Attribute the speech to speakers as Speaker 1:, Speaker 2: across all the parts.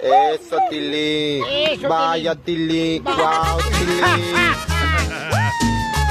Speaker 1: Eso, Tilly. Vaya, Tilly. Wow, Tilly.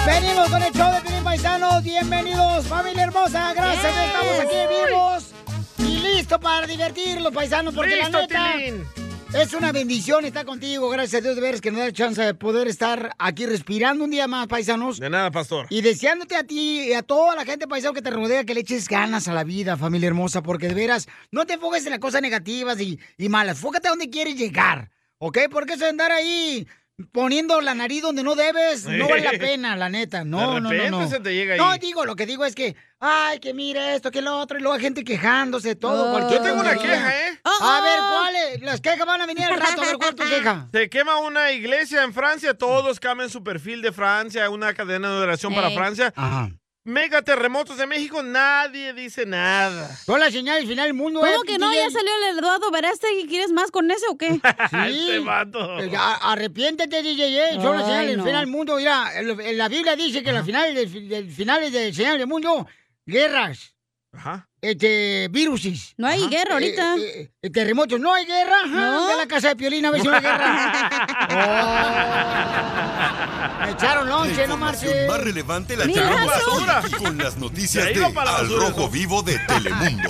Speaker 2: Venimos con el show de Pilín Paisanos. Bienvenidos, familia hermosa. Gracias, que estamos aquí vivos y listo para divertirlos, paisanos, porque la
Speaker 3: Listo,
Speaker 2: neta
Speaker 3: Tilín.
Speaker 2: es una bendición estar contigo. Gracias a Dios de veras que nos da la chance de poder estar aquí respirando un día más, paisanos.
Speaker 4: De nada, pastor.
Speaker 2: Y deseándote a ti y a toda la gente paisano que te rodea que le eches ganas a la vida, familia hermosa, porque de veras, no te enfoques en las cosas negativas y, y malas. Fócate a donde quieres llegar, ¿ok? Porque eso de andar ahí poniendo la nariz donde no debes, no vale la pena, la neta. No,
Speaker 4: De
Speaker 2: no, no, no.
Speaker 4: repente se te llega
Speaker 2: No,
Speaker 4: ahí.
Speaker 2: digo, lo que digo es que, ay, que mira esto, que lo otro, y luego hay gente quejándose de todo.
Speaker 4: Oh.
Speaker 2: cualquier
Speaker 4: Yo tengo una
Speaker 2: tontería.
Speaker 4: queja, ¿eh?
Speaker 2: A ver, ¿cuáles? Eh, Las quejas van a venir al rato, a ver, ¿cuál es tu queja?
Speaker 4: Se quema una iglesia en Francia, todos cambian su perfil de Francia, una cadena de oración para
Speaker 2: Ey.
Speaker 4: Francia.
Speaker 2: Ajá.
Speaker 4: Mega terremotos de México, nadie dice nada.
Speaker 2: Son las señales final del mundo.
Speaker 5: ¿Cómo
Speaker 2: eh,
Speaker 5: que no?
Speaker 2: DJ.
Speaker 5: Ya salió el Eduardo Verástegui. ¿Quieres más con ese o qué?
Speaker 2: Sí.
Speaker 4: este vato.
Speaker 2: Eh, a- Arrepiéntete, DJ. eh. Son las
Speaker 5: Ay,
Speaker 2: señales del
Speaker 5: no.
Speaker 2: final del mundo. Mira, el- el- la Biblia dice que las finales del, del- finales del señal del mundo, guerras,
Speaker 4: Ajá.
Speaker 2: este, viruses.
Speaker 5: No hay guerra ahorita.
Speaker 2: eh, eh, terremotos, no hay guerra. Ajá,
Speaker 5: ¿No?
Speaker 2: Ve a la casa de Piolín a ver si no hay Oh. guerra. Oh, me echaron lonche, no marches.
Speaker 6: más relevante la
Speaker 2: ¡Mi
Speaker 6: echaron
Speaker 2: brazo!
Speaker 6: basura con las noticias
Speaker 4: Ya
Speaker 6: de
Speaker 4: iba para la
Speaker 6: Al
Speaker 4: basura.
Speaker 6: Rojo Vivo de Telemundo.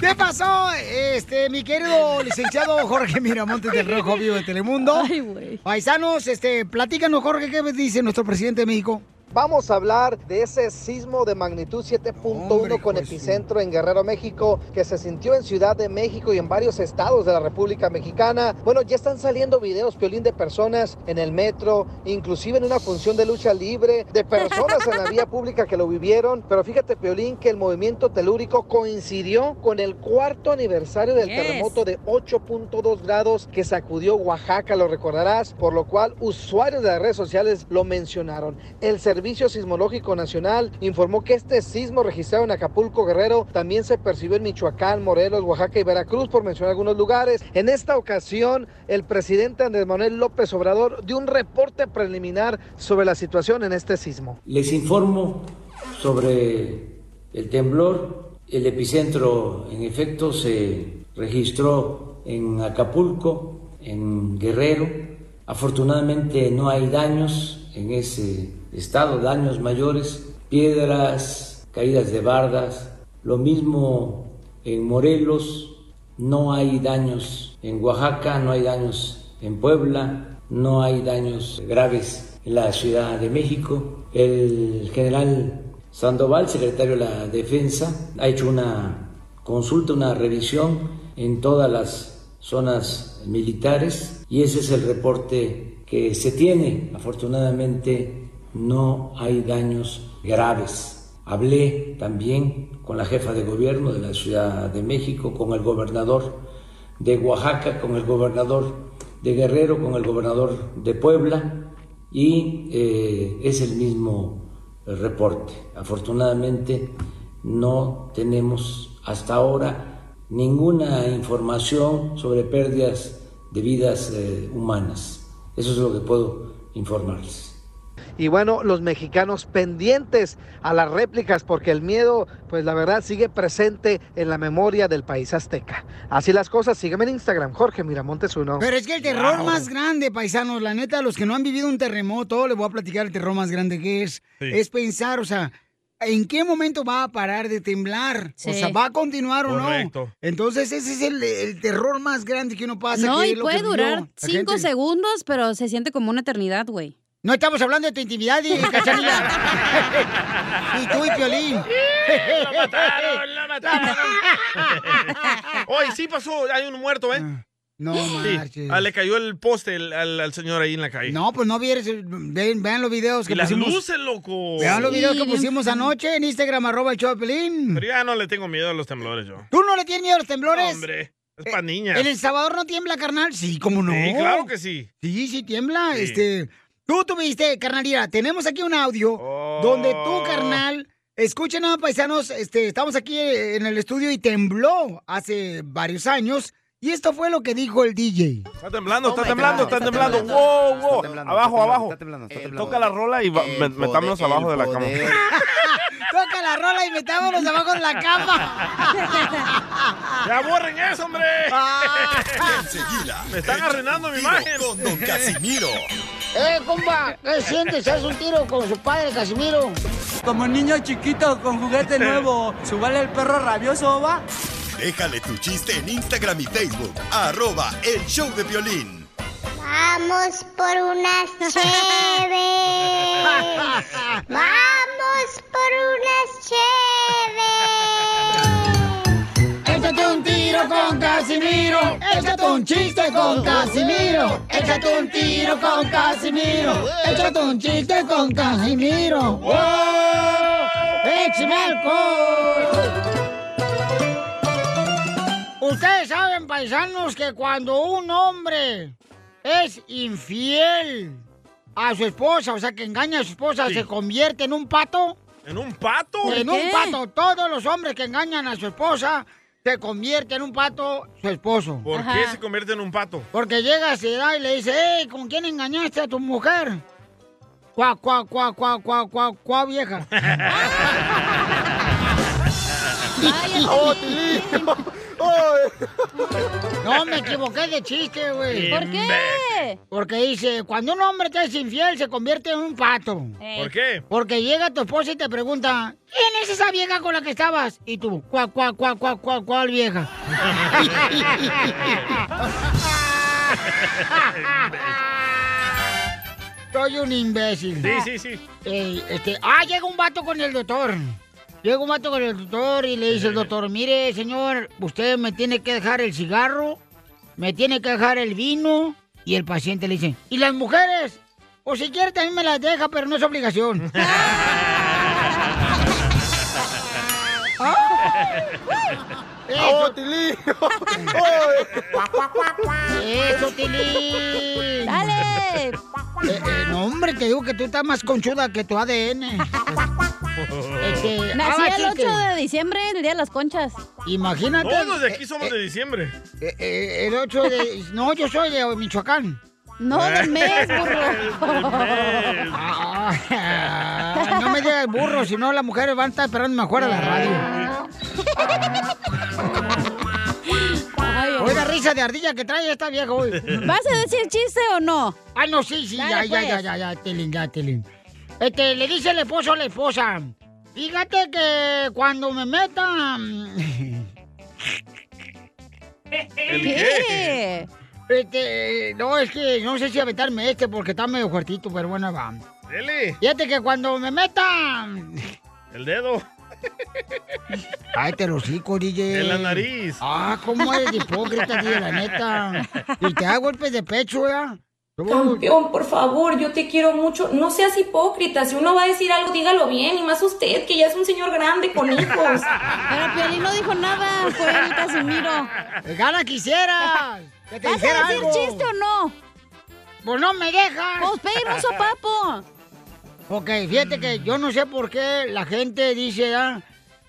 Speaker 2: ¿Qué pasó, este, mi querido licenciado Jorge Miramontes del Rojo Vivo de Telemundo?
Speaker 5: Ay, güey.
Speaker 2: Paisanos, este, platícanos, Jorge, ¿qué dice nuestro presidente de México?
Speaker 1: Vamos a hablar de ese sismo de magnitud
Speaker 2: Hombre,
Speaker 1: 7.1
Speaker 2: hijo
Speaker 1: con
Speaker 2: de su-
Speaker 1: epicentro en Guerrero, México, que se sintió en Ciudad de México y en varios estados de la República Mexicana. Bueno, ya están saliendo videos, Piolín, de personas en el metro, inclusive en una función de lucha libre, de personas en la vía pública que lo vivieron. Pero fíjate, Piolín, que el movimiento telúrico coincidió con el cuarto aniversario del
Speaker 5: Yes.
Speaker 1: terremoto de 8.2 grados que sacudió Oaxaca, lo recordarás, por lo cual usuarios de las redes sociales lo mencionaron. El Servicio Sismológico Nacional informó que este sismo registrado en Acapulco Guerrero también se percibió en Michoacán, Morelos, Oaxaca y Veracruz, por mencionar algunos lugares. En esta ocasión, el presidente Andrés Manuel López Obrador dio un reporte preliminar sobre la situación en este sismo.
Speaker 7: Les informo sobre el temblor. El epicentro, en efecto, se registró en Acapulco, en Guerrero. Afortunadamente no hay daños en ese estado, daños mayores, piedras, caídas de bardas. Lo mismo en Morelos, no hay daños en Oaxaca, no hay daños en Puebla, no hay daños graves en la Ciudad de México. El general Sandoval, secretario de la Defensa, ha hecho una consulta, una revisión en todas las zonas militares y ese es el reporte que se tiene. Afortunadamente no hay daños graves. Hablé también con la jefa de gobierno de la Ciudad de México, con el gobernador de Oaxaca, con el gobernador de Guerrero, con el gobernador de Puebla y eh, es el mismo reporte. Afortunadamente no tenemos hasta ahora ninguna información sobre pérdidas de vidas eh, humanas. Eso es lo que puedo informarles.
Speaker 1: y bueno, los mexicanos pendientes a las réplicas porque el miedo, pues la verdad, sigue presente en la memoria del país azteca. Así las cosas, sígueme en Instagram, Jorge Miramontes uno.
Speaker 2: Pero es que el terror más grande, paisanos, la neta, los que no han vivido un terremoto, les voy a platicar el terror más grande que es.
Speaker 4: Sí.
Speaker 2: Es pensar, o sea, en qué momento va a parar de temblar.
Speaker 5: Sí.
Speaker 2: O sea, ¿va a continuar o
Speaker 4: Correcto.
Speaker 2: no? Entonces, ese es el, el terror más grande que uno pasa.
Speaker 5: No,
Speaker 2: que es
Speaker 5: y
Speaker 2: lo
Speaker 5: puede
Speaker 2: que vivió
Speaker 5: durar
Speaker 2: la
Speaker 5: cinco
Speaker 2: gente.
Speaker 5: segundos, pero se siente como una eternidad, güey.
Speaker 2: No estamos hablando de tu intimidad y cachanilla. y tú y Piolín.
Speaker 4: ¡La mataron! ¡La mataron! Hoy sí pasó, hay un muerto, ¿eh?
Speaker 2: Ah, No
Speaker 4: Sí.
Speaker 2: marches.
Speaker 4: Ah, le cayó el poste el- al, al señor ahí en la calle.
Speaker 2: No, pues no vieres, ven- vean los videos que
Speaker 4: y las
Speaker 2: pusimos.
Speaker 4: luces, loco.
Speaker 2: Vean los
Speaker 5: Sí,
Speaker 2: videos que
Speaker 5: bien
Speaker 2: pusimos
Speaker 5: feo.
Speaker 2: anoche en Instagram, arroba el show de Piolín.
Speaker 4: Pero ya no le tengo miedo a los temblores yo. Eh.
Speaker 2: ¿Tú no le tienes miedo a los temblores? Eh,
Speaker 4: Hombre, es para niñas.
Speaker 2: ¿En El Salvador no tiembla, carnal? Sí, cómo no.
Speaker 4: Sí, claro que sí.
Speaker 2: Sí, sí tiembla.
Speaker 4: Sí.
Speaker 2: Este, tú tuviste, carnalía, tenemos aquí un audio
Speaker 4: Oh.
Speaker 2: donde tú, carnal, escuchen a paisanos, este, estamos aquí en el estudio y tembló hace varios años y esto fue lo que dijo el DJ.
Speaker 4: Está temblando, está
Speaker 3: my
Speaker 4: temblando,
Speaker 3: God,
Speaker 4: Oh está
Speaker 3: está
Speaker 4: temblando.
Speaker 3: temblando,
Speaker 4: Wow,
Speaker 3: está
Speaker 4: wow.
Speaker 3: temblando,
Speaker 4: Abajo,
Speaker 3: está temblando,
Speaker 4: abajo.
Speaker 3: está temblando, está
Speaker 4: Eh,
Speaker 3: temblando.
Speaker 4: Toca la rola y va-
Speaker 3: El
Speaker 4: me-
Speaker 3: poder,
Speaker 4: metámonos abajo de
Speaker 3: el
Speaker 4: la cama.
Speaker 3: poder.
Speaker 2: Toca la rola y metámonos abajo en la cama.
Speaker 4: ¡Ya borren eso, hombre!
Speaker 2: Ah.
Speaker 6: Enseguida.
Speaker 4: Me están
Speaker 6: échate
Speaker 4: arruinando
Speaker 6: un
Speaker 4: mi
Speaker 6: tiro
Speaker 4: imagen.
Speaker 6: Con Don Casimiro.
Speaker 2: ¡Eh, compa! ¿Qué sientes? ¿Haz un tiro con su padre, Casimiro?
Speaker 8: Como niño chiquito con juguete nuevo, subale el perro rabioso, va.
Speaker 6: Déjale tu chiste en Instagram y Facebook. Arroba el show de violín.
Speaker 9: Vamos por unas cheves. Vamos por unas cheves.
Speaker 2: Échate un tiro con Casimiro. Échate un chiste con Casimiro. Échate un tiro con Casimiro. Échate un chiste con Casimiro. ¡Wow! ¡Échame alcohol! Ustedes saben, paisanos, que cuando un hombre es infiel a su esposa, o sea, que engaña a su esposa,
Speaker 4: Sí.
Speaker 2: se convierte en un pato.
Speaker 4: ¿En un pato?
Speaker 2: En
Speaker 5: qué?
Speaker 2: un pato, todos los hombres que engañan a su esposa se convierte en un pato su esposo.
Speaker 4: ¿Por
Speaker 5: Ajá.
Speaker 4: qué se convierte en un pato?
Speaker 2: Porque llega a su edad y le dice, hey, ¿con quién engañaste a tu mujer? Cuá, cuá, cuá, cuá, cuá, cuá, cuá, vieja.
Speaker 4: Oh,
Speaker 2: No, me equivoqué de chiste, güey.
Speaker 5: ¿Por qué?
Speaker 2: Porque dice, cuando un hombre te es infiel, se convierte en un pato.
Speaker 5: Ey.
Speaker 4: ¿Por qué?
Speaker 2: Porque llega tu esposa y te pregunta, ¿quién es esa vieja con la que estabas? Y tú, cuá, cuá, cuá, cuá, cuá, cuál vieja. Soy un imbécil.
Speaker 4: Sí, sí, sí.
Speaker 2: Eh, este, ah, llega un vato con el doctor. Llega un vato con el doctor y le dice el doctor, mire, señor, usted me tiene que dejar el cigarro, me tiene que dejar el vino. Y el paciente le dice, ¿y las mujeres? O si quiere también me las deja, pero no es obligación. Eh, Ah. Eso, eso, Tilín.
Speaker 5: ¡Dale!
Speaker 2: Eh, eh, no, hombre, te digo que tú estás más conchuda que tu ADN. Este,
Speaker 5: Nací
Speaker 2: ahora sí
Speaker 5: el 8
Speaker 2: que-
Speaker 5: de diciembre, el Día de las Conchas.
Speaker 2: Imagínate.
Speaker 4: Todos de
Speaker 2: eh,
Speaker 4: aquí somos de diciembre.
Speaker 2: eh, eh, el 8 de. No, yo soy de Michoacán.
Speaker 5: No, del mes, burro.
Speaker 4: Del mes.
Speaker 2: Ah, no me digas burro, si no las mujeres van a estar esperando mejor a
Speaker 5: Eh.
Speaker 2: la radio.
Speaker 5: Ay,
Speaker 2: Hoy la risa de ardilla que trae esta vieja hoy.
Speaker 5: ¿Vas a decir chiste o no?
Speaker 2: Ah, no, sí, sí, ya,
Speaker 5: Dale,
Speaker 2: ya,
Speaker 5: pues.
Speaker 2: ya, ya, ya, Telín, ya, Telín. Este, le dice el esposo a la esposa, fíjate que cuando me meta... mm,
Speaker 4: ¿El qué?
Speaker 5: ¿Qué?
Speaker 2: Este, no, es que no sé si aventarme este porque está medio fuertito, pero bueno, va.
Speaker 4: Dele,
Speaker 2: Fíjate que cuando me meta... mm,
Speaker 4: el dedo,
Speaker 2: Cállate los hocico, DJ.
Speaker 4: en la nariz.
Speaker 2: Ah, cómo eres de hipócrita, DJ, la neta. Y te da golpes de pecho, ¿verdad?
Speaker 10: Campeón, por favor, yo te quiero mucho. No seas hipócrita. Si uno va a decir algo, dígalo bien. Y más usted, que ya es un señor grande con hijos.
Speaker 5: Pero Piolín no dijo nada, fue el Casimiro.
Speaker 2: Gana quisieras. Que te
Speaker 5: ¿Vas
Speaker 2: dijera
Speaker 5: a decir
Speaker 2: algo.
Speaker 5: chiste o no?
Speaker 2: Pues no me dejas.
Speaker 5: Pues pedir un sopapo.
Speaker 2: Ok, fíjate que yo no sé por qué la gente dice, ah,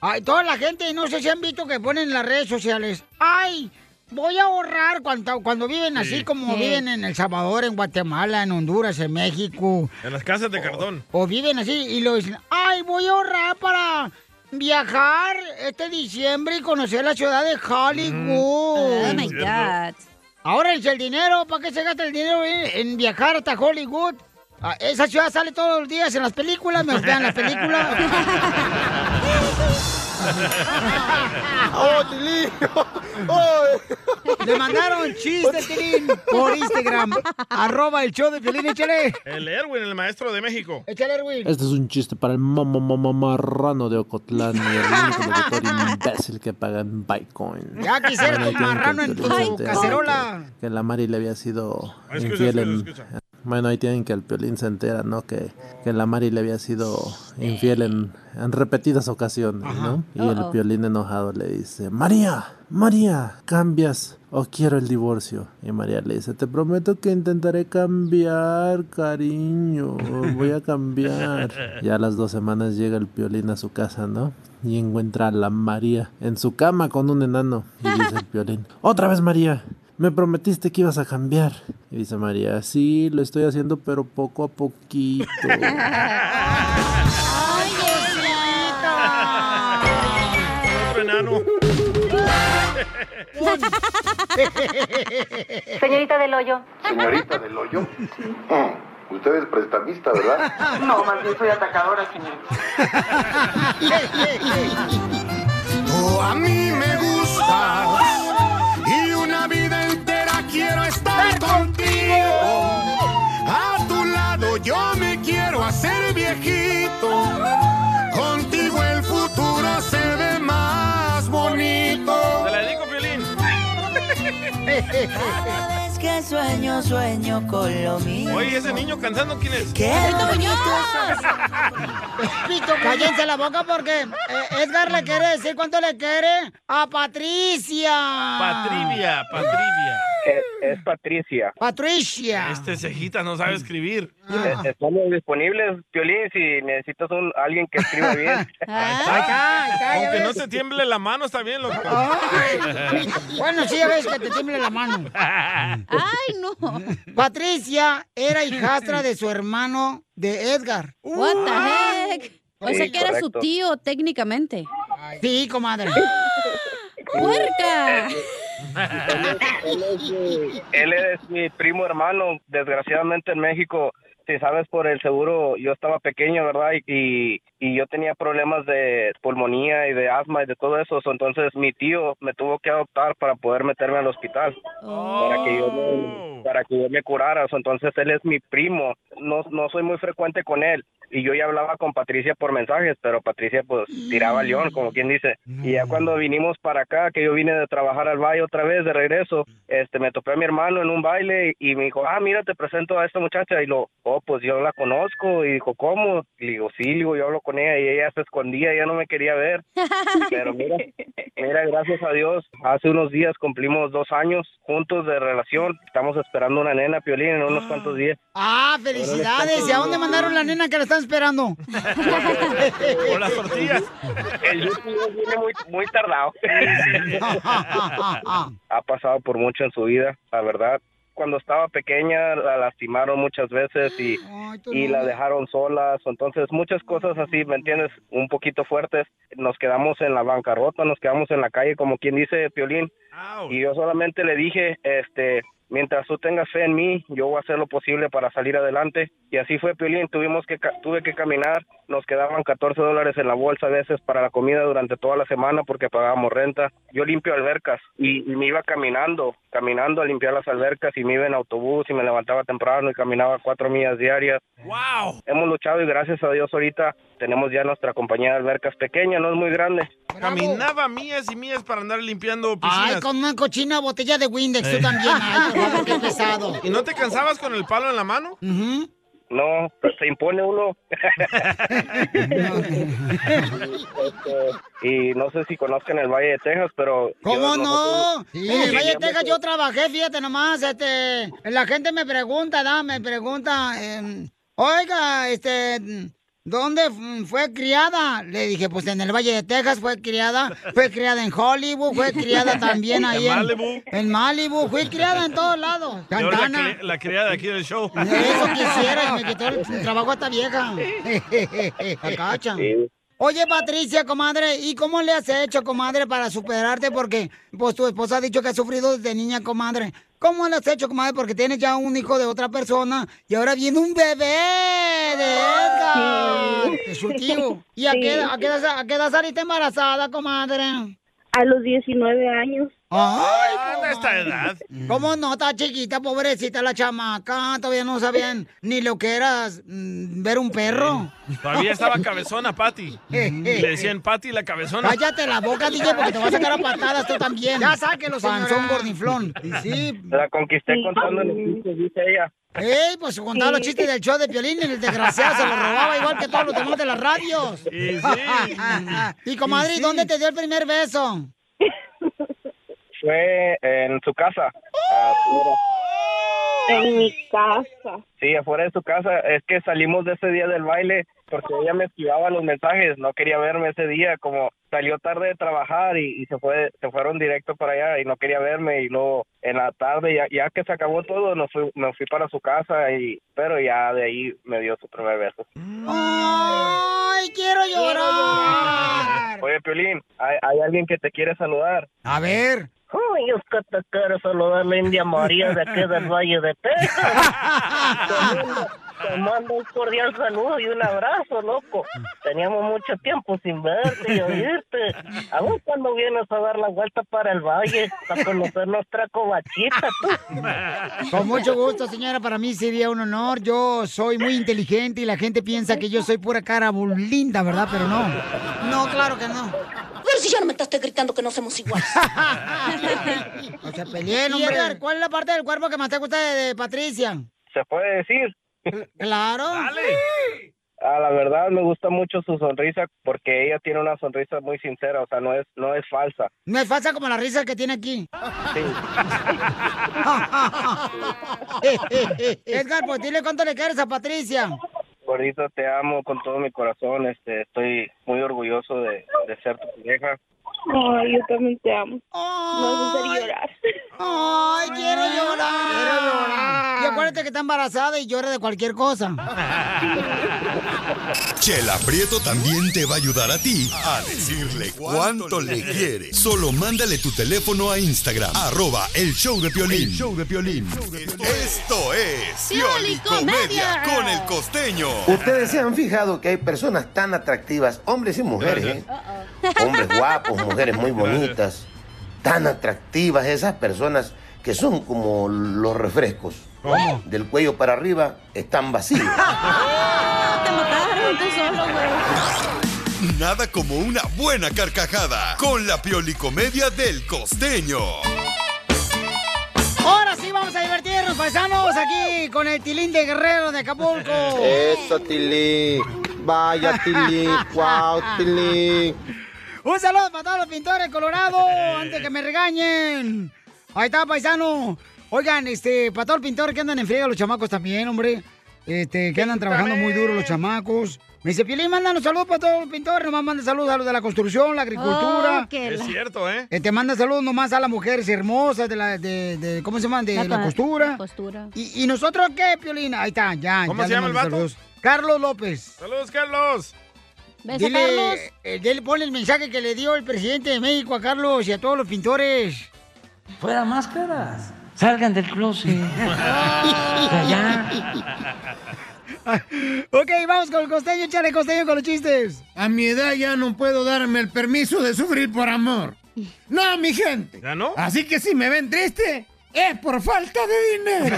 Speaker 2: ay, toda la gente, no sé si han visto que ponen en las redes sociales, ay, voy a ahorrar cuando, cuando viven así como
Speaker 5: Sí.
Speaker 2: viven en El Salvador, en Guatemala, en Honduras, en México,
Speaker 4: En las casas de cartón.
Speaker 2: o viven así y lo dicen, ay, voy a ahorrar para viajar este diciembre y conocer la ciudad de Hollywood.
Speaker 5: Oh my God.
Speaker 2: Ahora el dinero, ¿para qué se gasta el dinero en, en viajar hasta Hollywood? Ah, Esa ciudad sale todos los días en las películas, me hospedan en las películas. ¡Oh, Tilín! Oh. Le mandaron chistes, Tilín, por Instagram. Arroba el show de Tilín, échale.
Speaker 4: El Erwin, el maestro de México.
Speaker 2: Échale, Erwin.
Speaker 11: Este es un chiste para el mamá marrano de Ocotlán y el único locutor imbécil que paga en Bitcoin.
Speaker 2: Ya quisiera
Speaker 11: Bueno,
Speaker 2: tu
Speaker 11: tienen que
Speaker 2: marrano en tu
Speaker 11: enterarse
Speaker 2: cacerola.
Speaker 11: Que, que la Mari le había sido
Speaker 4: Ah, Escucha,
Speaker 11: infiel en-
Speaker 4: escucha, escucha.
Speaker 11: Bueno, ahí tienen que el Piolín se entera, ¿no? Que, que la Mari le había sido infiel en, en repetidas ocasiones, ¿no? Y el
Speaker 12: Uh-oh.
Speaker 11: Piolín enojado le dice, María, María, ¿cambias o quiero el divorcio? Y María le dice, te prometo que intentaré cambiar, cariño, voy a cambiar. Ya a las dos semanas llega el Piolín a su casa, ¿no? Y encuentra a la María en su cama con un enano. Y dice el Piolín, otra vez María, me prometiste que ibas a cambiar. Y dice María, sí, lo estoy haciendo, pero poco a poquito.
Speaker 13: ¡Ay,
Speaker 4: Otro enano.
Speaker 10: Señorita del hoyo.
Speaker 14: Señorita del hoyo. Mm, Usted es prestamista, ¿verdad?
Speaker 10: No, más bien soy atacadora, señorita.
Speaker 4: Oh,
Speaker 14: Tú a mí me gustas y una vida entera quiero estar contigo. A tu lado yo me quiero hacer viejito. Contigo el futuro se ve más bonito.
Speaker 4: Te la dedico, Piolín.
Speaker 15: Es que sueño, sueño con lo mismo.
Speaker 4: Oye, ese niño cantando, ¿quién es?
Speaker 15: ¡Qué bonito
Speaker 2: Pito, cállense la boca porque eh, Edgar le quiere decir cuánto le quiere a Patricia.
Speaker 4: Patrivia, Patrivia.
Speaker 16: Es, es Patricia.
Speaker 2: Patricia.
Speaker 4: Este cejita no sabe escribir.
Speaker 16: Eh, Estamos disponibles, Piolín, si necesitas un- alguien que escriba bien.
Speaker 4: Aunque no te tiemble la mano, está bien, loco.
Speaker 2: Bueno, sí, ya ves que te tiembla la mano. Ay, no. Patricia era hijastra de su hermano de Edgar. Ah.
Speaker 5: What the heck? O
Speaker 2: Sí,
Speaker 5: sea que era su
Speaker 2: correcto.
Speaker 5: tío técnicamente.
Speaker 2: Sí, comadre.
Speaker 5: ¡Puerca!
Speaker 16: Él es, eh, él es mi primo hermano, desgraciadamente en México. Si sabes por el seguro, yo estaba pequeño, ¿verdad? Y, y- y yo tenía problemas de pulmonía y de asma y de todo eso. So, Entonces mi tío me tuvo que adoptar para poder meterme al hospital. Para, que yo me, para que yo me curara. So, Entonces él es mi primo. No, no soy muy frecuente con él. Y yo ya hablaba con Patricia por mensajes, pero Patricia pues tiraba león, como quien dice. Y ya cuando vinimos para acá, que yo vine de trabajar al valle otra vez, de regreso, este, me topé a mi hermano en un baile y me dijo, ah, mira, te presento a esta muchacha. Y lo, oh, pues yo la conozco. Y dijo, ¿cómo? Y le digo, sí, le digo, yo hablo con ella y ella se escondía, ella no me quería ver. Pero mira, mira, gracias a Dios, hace unos días cumplimos dos años juntos de relación. Estamos esperando una nena, Piolín, en unos cuantos días.
Speaker 2: Ah, felicidades. ¿Y a dónde mandaron la nena que la están esperando?
Speaker 4: O las tortillas.
Speaker 16: El YouTube viene muy, muy tardado. ha pasado por mucho en su vida, la verdad. Cuando estaba pequeña la lastimaron muchas veces y, y la dejaron solas. Entonces muchas cosas así, ¿me entiendes? Un poquito fuertes. Nos quedamos en la bancarrota, nos quedamos en la calle, como quien dice Piolín. Y yo solamente le dije, este, mientras tú tengas fe en mí, yo voy a hacer lo posible para salir adelante. Y así fue, Piolín. Tuvimos que, ca- tuve que caminar. Nos quedaban 14 dólares en la bolsa a veces para la comida durante toda la semana porque pagábamos renta. Yo limpio albercas y, y me iba caminando, caminando a limpiar las albercas y me iba en autobús y me levantaba temprano y caminaba cuatro millas diarias.
Speaker 4: ¡Wow!
Speaker 16: Hemos luchado y gracias a Dios ahorita tenemos ya nuestra compañía de albercas pequeña, no es muy grande.
Speaker 4: Caminaba mías y mías para andar limpiando piscinas.
Speaker 2: Ay, con una cochina botella de Windex, tú
Speaker 4: Eh.
Speaker 2: también. Ay, por favor, qué pesado.
Speaker 4: ¿Y no te cansabas con el palo en la mano?
Speaker 16: No, pues, se impone uno. y no sé si conozcan el Valle de Texas, pero...
Speaker 2: ¿Cómo
Speaker 16: yo
Speaker 2: no?
Speaker 16: Sí.
Speaker 2: En el Valle de Texas yo trabajé, fíjate nomás, este, la gente me pregunta, da, me pregunta, em, oiga, este, ¿dónde f- fue criada? Le dije, pues en el Valle de Texas fue criada, fue criada en Hollywood, fue criada también ahí
Speaker 4: En
Speaker 2: en
Speaker 4: Malibu.
Speaker 2: En Malibu, fui criada en todos lados.
Speaker 4: Y ahora la,
Speaker 2: Cantana.
Speaker 4: cri- la criada de aquí del show.
Speaker 2: Eso quisieras, me quitó el trabajo a esta vieja. La cacha.
Speaker 16: Sí.
Speaker 2: Oye, Patricia, comadre, ¿y cómo le has hecho, comadre, para superarte? Porque pues tu esposa ha dicho que ha sufrido desde niña, comadre. ¿Cómo lo has hecho, comadre? Porque tienes ya un hijo de otra persona y ahora viene un bebé de Edgar, de su tío. ¿Y a,
Speaker 17: Sí.
Speaker 2: qué, edad- a qué edad, a qué edad saliste embarazada, comadre?
Speaker 17: A los 19 años.
Speaker 2: ¡Ay!
Speaker 4: A Ah, esta edad.
Speaker 2: ¿Cómo no? Está chiquita, pobrecita la chamaca. Todavía no sabían ni lo que era mm, ver un perro.
Speaker 4: Todavía estaba cabezona, Patty. Le decían Patty la cabezona.
Speaker 2: Cállate la boca, DJ, porque te vas a sacar a patadas tú también. Ya sáquelo, señora. Panzón gordinflón. Y sí.
Speaker 16: La conquisté contando los chistes, dice ella.
Speaker 2: Ey, pues contaba los chistes del show de Piolín y el desgraciado se lo robaba igual que todos los demás de las radios.
Speaker 4: Y
Speaker 16: sí.
Speaker 2: y comadre, ¿y ¿dónde te dio el primer beso?
Speaker 16: Fue en su casa.
Speaker 2: ¡Oh!
Speaker 16: Ah, afuera.
Speaker 17: En mi casa.
Speaker 16: Sí, afuera de su casa. Es que salimos de ese día del baile porque ella me esquivaba los mensajes. No quería verme ese día. Como salió tarde de trabajar y, y se fue, se fueron directo para allá y no quería verme. Y luego en la tarde, ya, ya que se acabó todo, nos fui, me fui para su casa. y Pero ya de ahí me dio su primer beso.
Speaker 2: ¡Ay, quiero llorar!
Speaker 16: Oye, Piolín, hay, hay alguien que te quiere saludar.
Speaker 2: A ver.
Speaker 16: Uy, es que te quiere saludar la India María de aquí del Valle de Texas. Te mando- Te mando un cordial saludo y un abrazo, loco. Teníamos mucho tiempo sin verte y oírte. A ver cuándo vienes a dar la vuelta para el valle, para conocer nuestra cobachita, tú.
Speaker 2: Con mucho gusto, señora. Para mí sería un honor. Yo soy muy inteligente y la gente piensa que yo soy pura cara linda, ¿verdad? Pero no. No, claro que no.
Speaker 18: Pero si ya no me estás gritando que no somos iguales.
Speaker 2: O sea, peleé,
Speaker 18: Y,
Speaker 2: hombre.
Speaker 18: Edgar,
Speaker 2: ¿cuál es la parte del cuerpo que más te gusta de, Patricia?
Speaker 16: ¿Se puede decir?
Speaker 2: Claro.
Speaker 16: Ah, la verdad me gusta mucho su sonrisa porque ella tiene una sonrisa muy sincera, o sea, no es, no es falsa.
Speaker 2: No es falsa como la risa que tiene aquí.
Speaker 16: Sí.
Speaker 2: Edgar, pues dile cuánto le quieres a Patricia.
Speaker 16: Gordito, te amo con todo mi corazón. Este, estoy muy orgulloso de, de ser tu pareja.
Speaker 17: Ay, yo también te amo. No vas a hacer llorar.
Speaker 2: Ay, quiero llorar. Quiero llorar. Y acuérdate que está embarazada y llora de cualquier cosa.
Speaker 6: Chela Prieto también te va a ayudar a ti a decirle cuánto le quiere. Solo mándale tu teléfono a Instagram, arroba el show de Piolín.
Speaker 19: El
Speaker 6: show de Piolín. Esto es Piolicomedia con el costeño.
Speaker 20: Ustedes se han fijado que hay personas tan atractivas, hombres y mujeres, ¿eh? hombres guapos, mujeres muy bonitas, tan atractivas esas personas que son como los refrescos. Del cuello para arriba están vacíos.
Speaker 15: Te mataron tú solo, güey.
Speaker 6: Nada como una buena carcajada con la Piolicomedia del costeño.
Speaker 2: Ahora sí vamos a divertirnos, paisanos, aquí con el Tilín de Guerrero de Acapulco.
Speaker 8: Eso, Tilín. Vaya, Tilín. Wow, Tilín.
Speaker 2: Un saludo para todos los pintores colorados, antes que me regañen. Ahí está, paisano. Oigan, este, para todos los pintores que andan en friega, los chamacos también, hombre. Este, que andan trabajando muy duro los chamacos. Me dice, Pielín, mándanos saludos para todos los pintores. Nomás manda saludos a los de la construcción, la agricultura.
Speaker 4: Oh, que Es la- cierto, ¿eh?
Speaker 2: Eh, Te manda saludos nomás a las mujeres hermosas de la, de, de- ¿cómo se llaman? De la, costura.
Speaker 15: Costura.
Speaker 2: ¿Y, y nosotros qué, Piolín? Ahí está, ya.
Speaker 4: ¿Cómo
Speaker 2: ya
Speaker 4: se
Speaker 2: le
Speaker 4: llama el
Speaker 2: mandé
Speaker 4: vato?
Speaker 2: saludos. Carlos López.
Speaker 4: Saludos, Carlos.
Speaker 15: Beso, Carlos.
Speaker 2: eh, dele- ponle el mensaje que le dio el presidente de México a Carlos y a todos los pintores. Fuera máscaras.
Speaker 7: Salgan del closet.
Speaker 2: ok, vamos con el costeño, chale costeño con los chistes.
Speaker 14: A mi edad ya no puedo darme el permiso de sufrir por amor. No, mi gente.
Speaker 4: ¿Ya
Speaker 2: Ah,
Speaker 4: no?
Speaker 14: Así que si me ven triste, es por falta de dinero.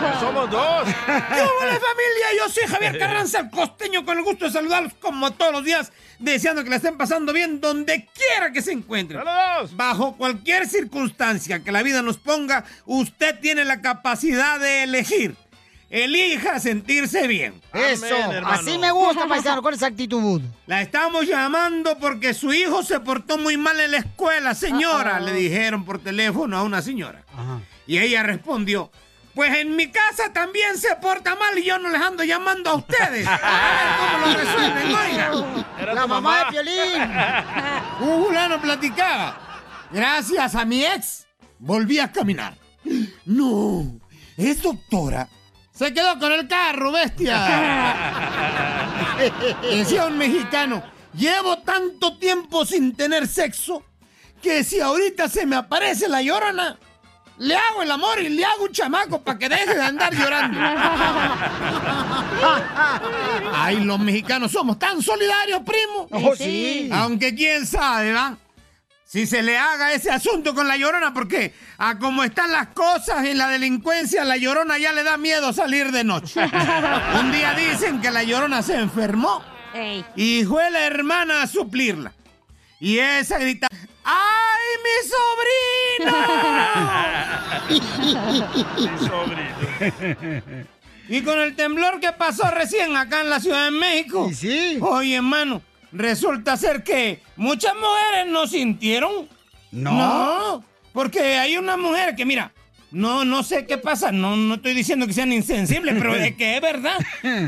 Speaker 4: Pues Somos dos.
Speaker 14: ¿Qué hola, familia? Yo soy Javier Carranza, el costeño, con el gusto de saludarlos como todos los días, deseando que la estén pasando bien donde quiera que se encuentren. Bajo cualquier circunstancia que la vida nos ponga, usted tiene la capacidad de elegir. Elija sentirse bien.
Speaker 2: Eso, así me gusta, paisano, con esa actitud.
Speaker 14: La estamos llamando porque su hijo se portó muy mal en la escuela, señora,
Speaker 7: Uh-oh.
Speaker 14: le dijeron por teléfono a una señora. Y ella respondió, pues en mi casa también se porta mal y yo no les ando llamando a ustedes. A ver cómo lo resuelven, oiga.
Speaker 2: Era La tu mamá mamá. de Piolín.
Speaker 14: Un fulano platicaba. Gracias a mi ex, volví a caminar. No, es doctora. Se quedó con el carro, bestia. Decía un mexicano, llevo tanto tiempo sin tener sexo que si ahorita se me aparece la llorona, le hago el amor y le hago un chamaco para que deje de andar llorando. Ay, los mexicanos somos tan solidarios, primo.
Speaker 15: Oh, sí.
Speaker 14: Aunque quién sabe, ¿va? Si se le haga ese asunto con la llorona, porque a como están las cosas en la delincuencia, la llorona ya le da miedo salir de noche. Un día dicen que la llorona se enfermó y fue la hermana a suplirla. Y esa grita, ¡ay, mi sobrino! y con el temblor que pasó recién acá en la Ciudad de México. sí. Oye, hermano, resulta ser que muchas mujeres no sintieron.
Speaker 15: No.
Speaker 14: No, porque hay una mujer que, mira, no, no sé qué pasa, no, no estoy diciendo que sean insensibles, pero es que es verdad.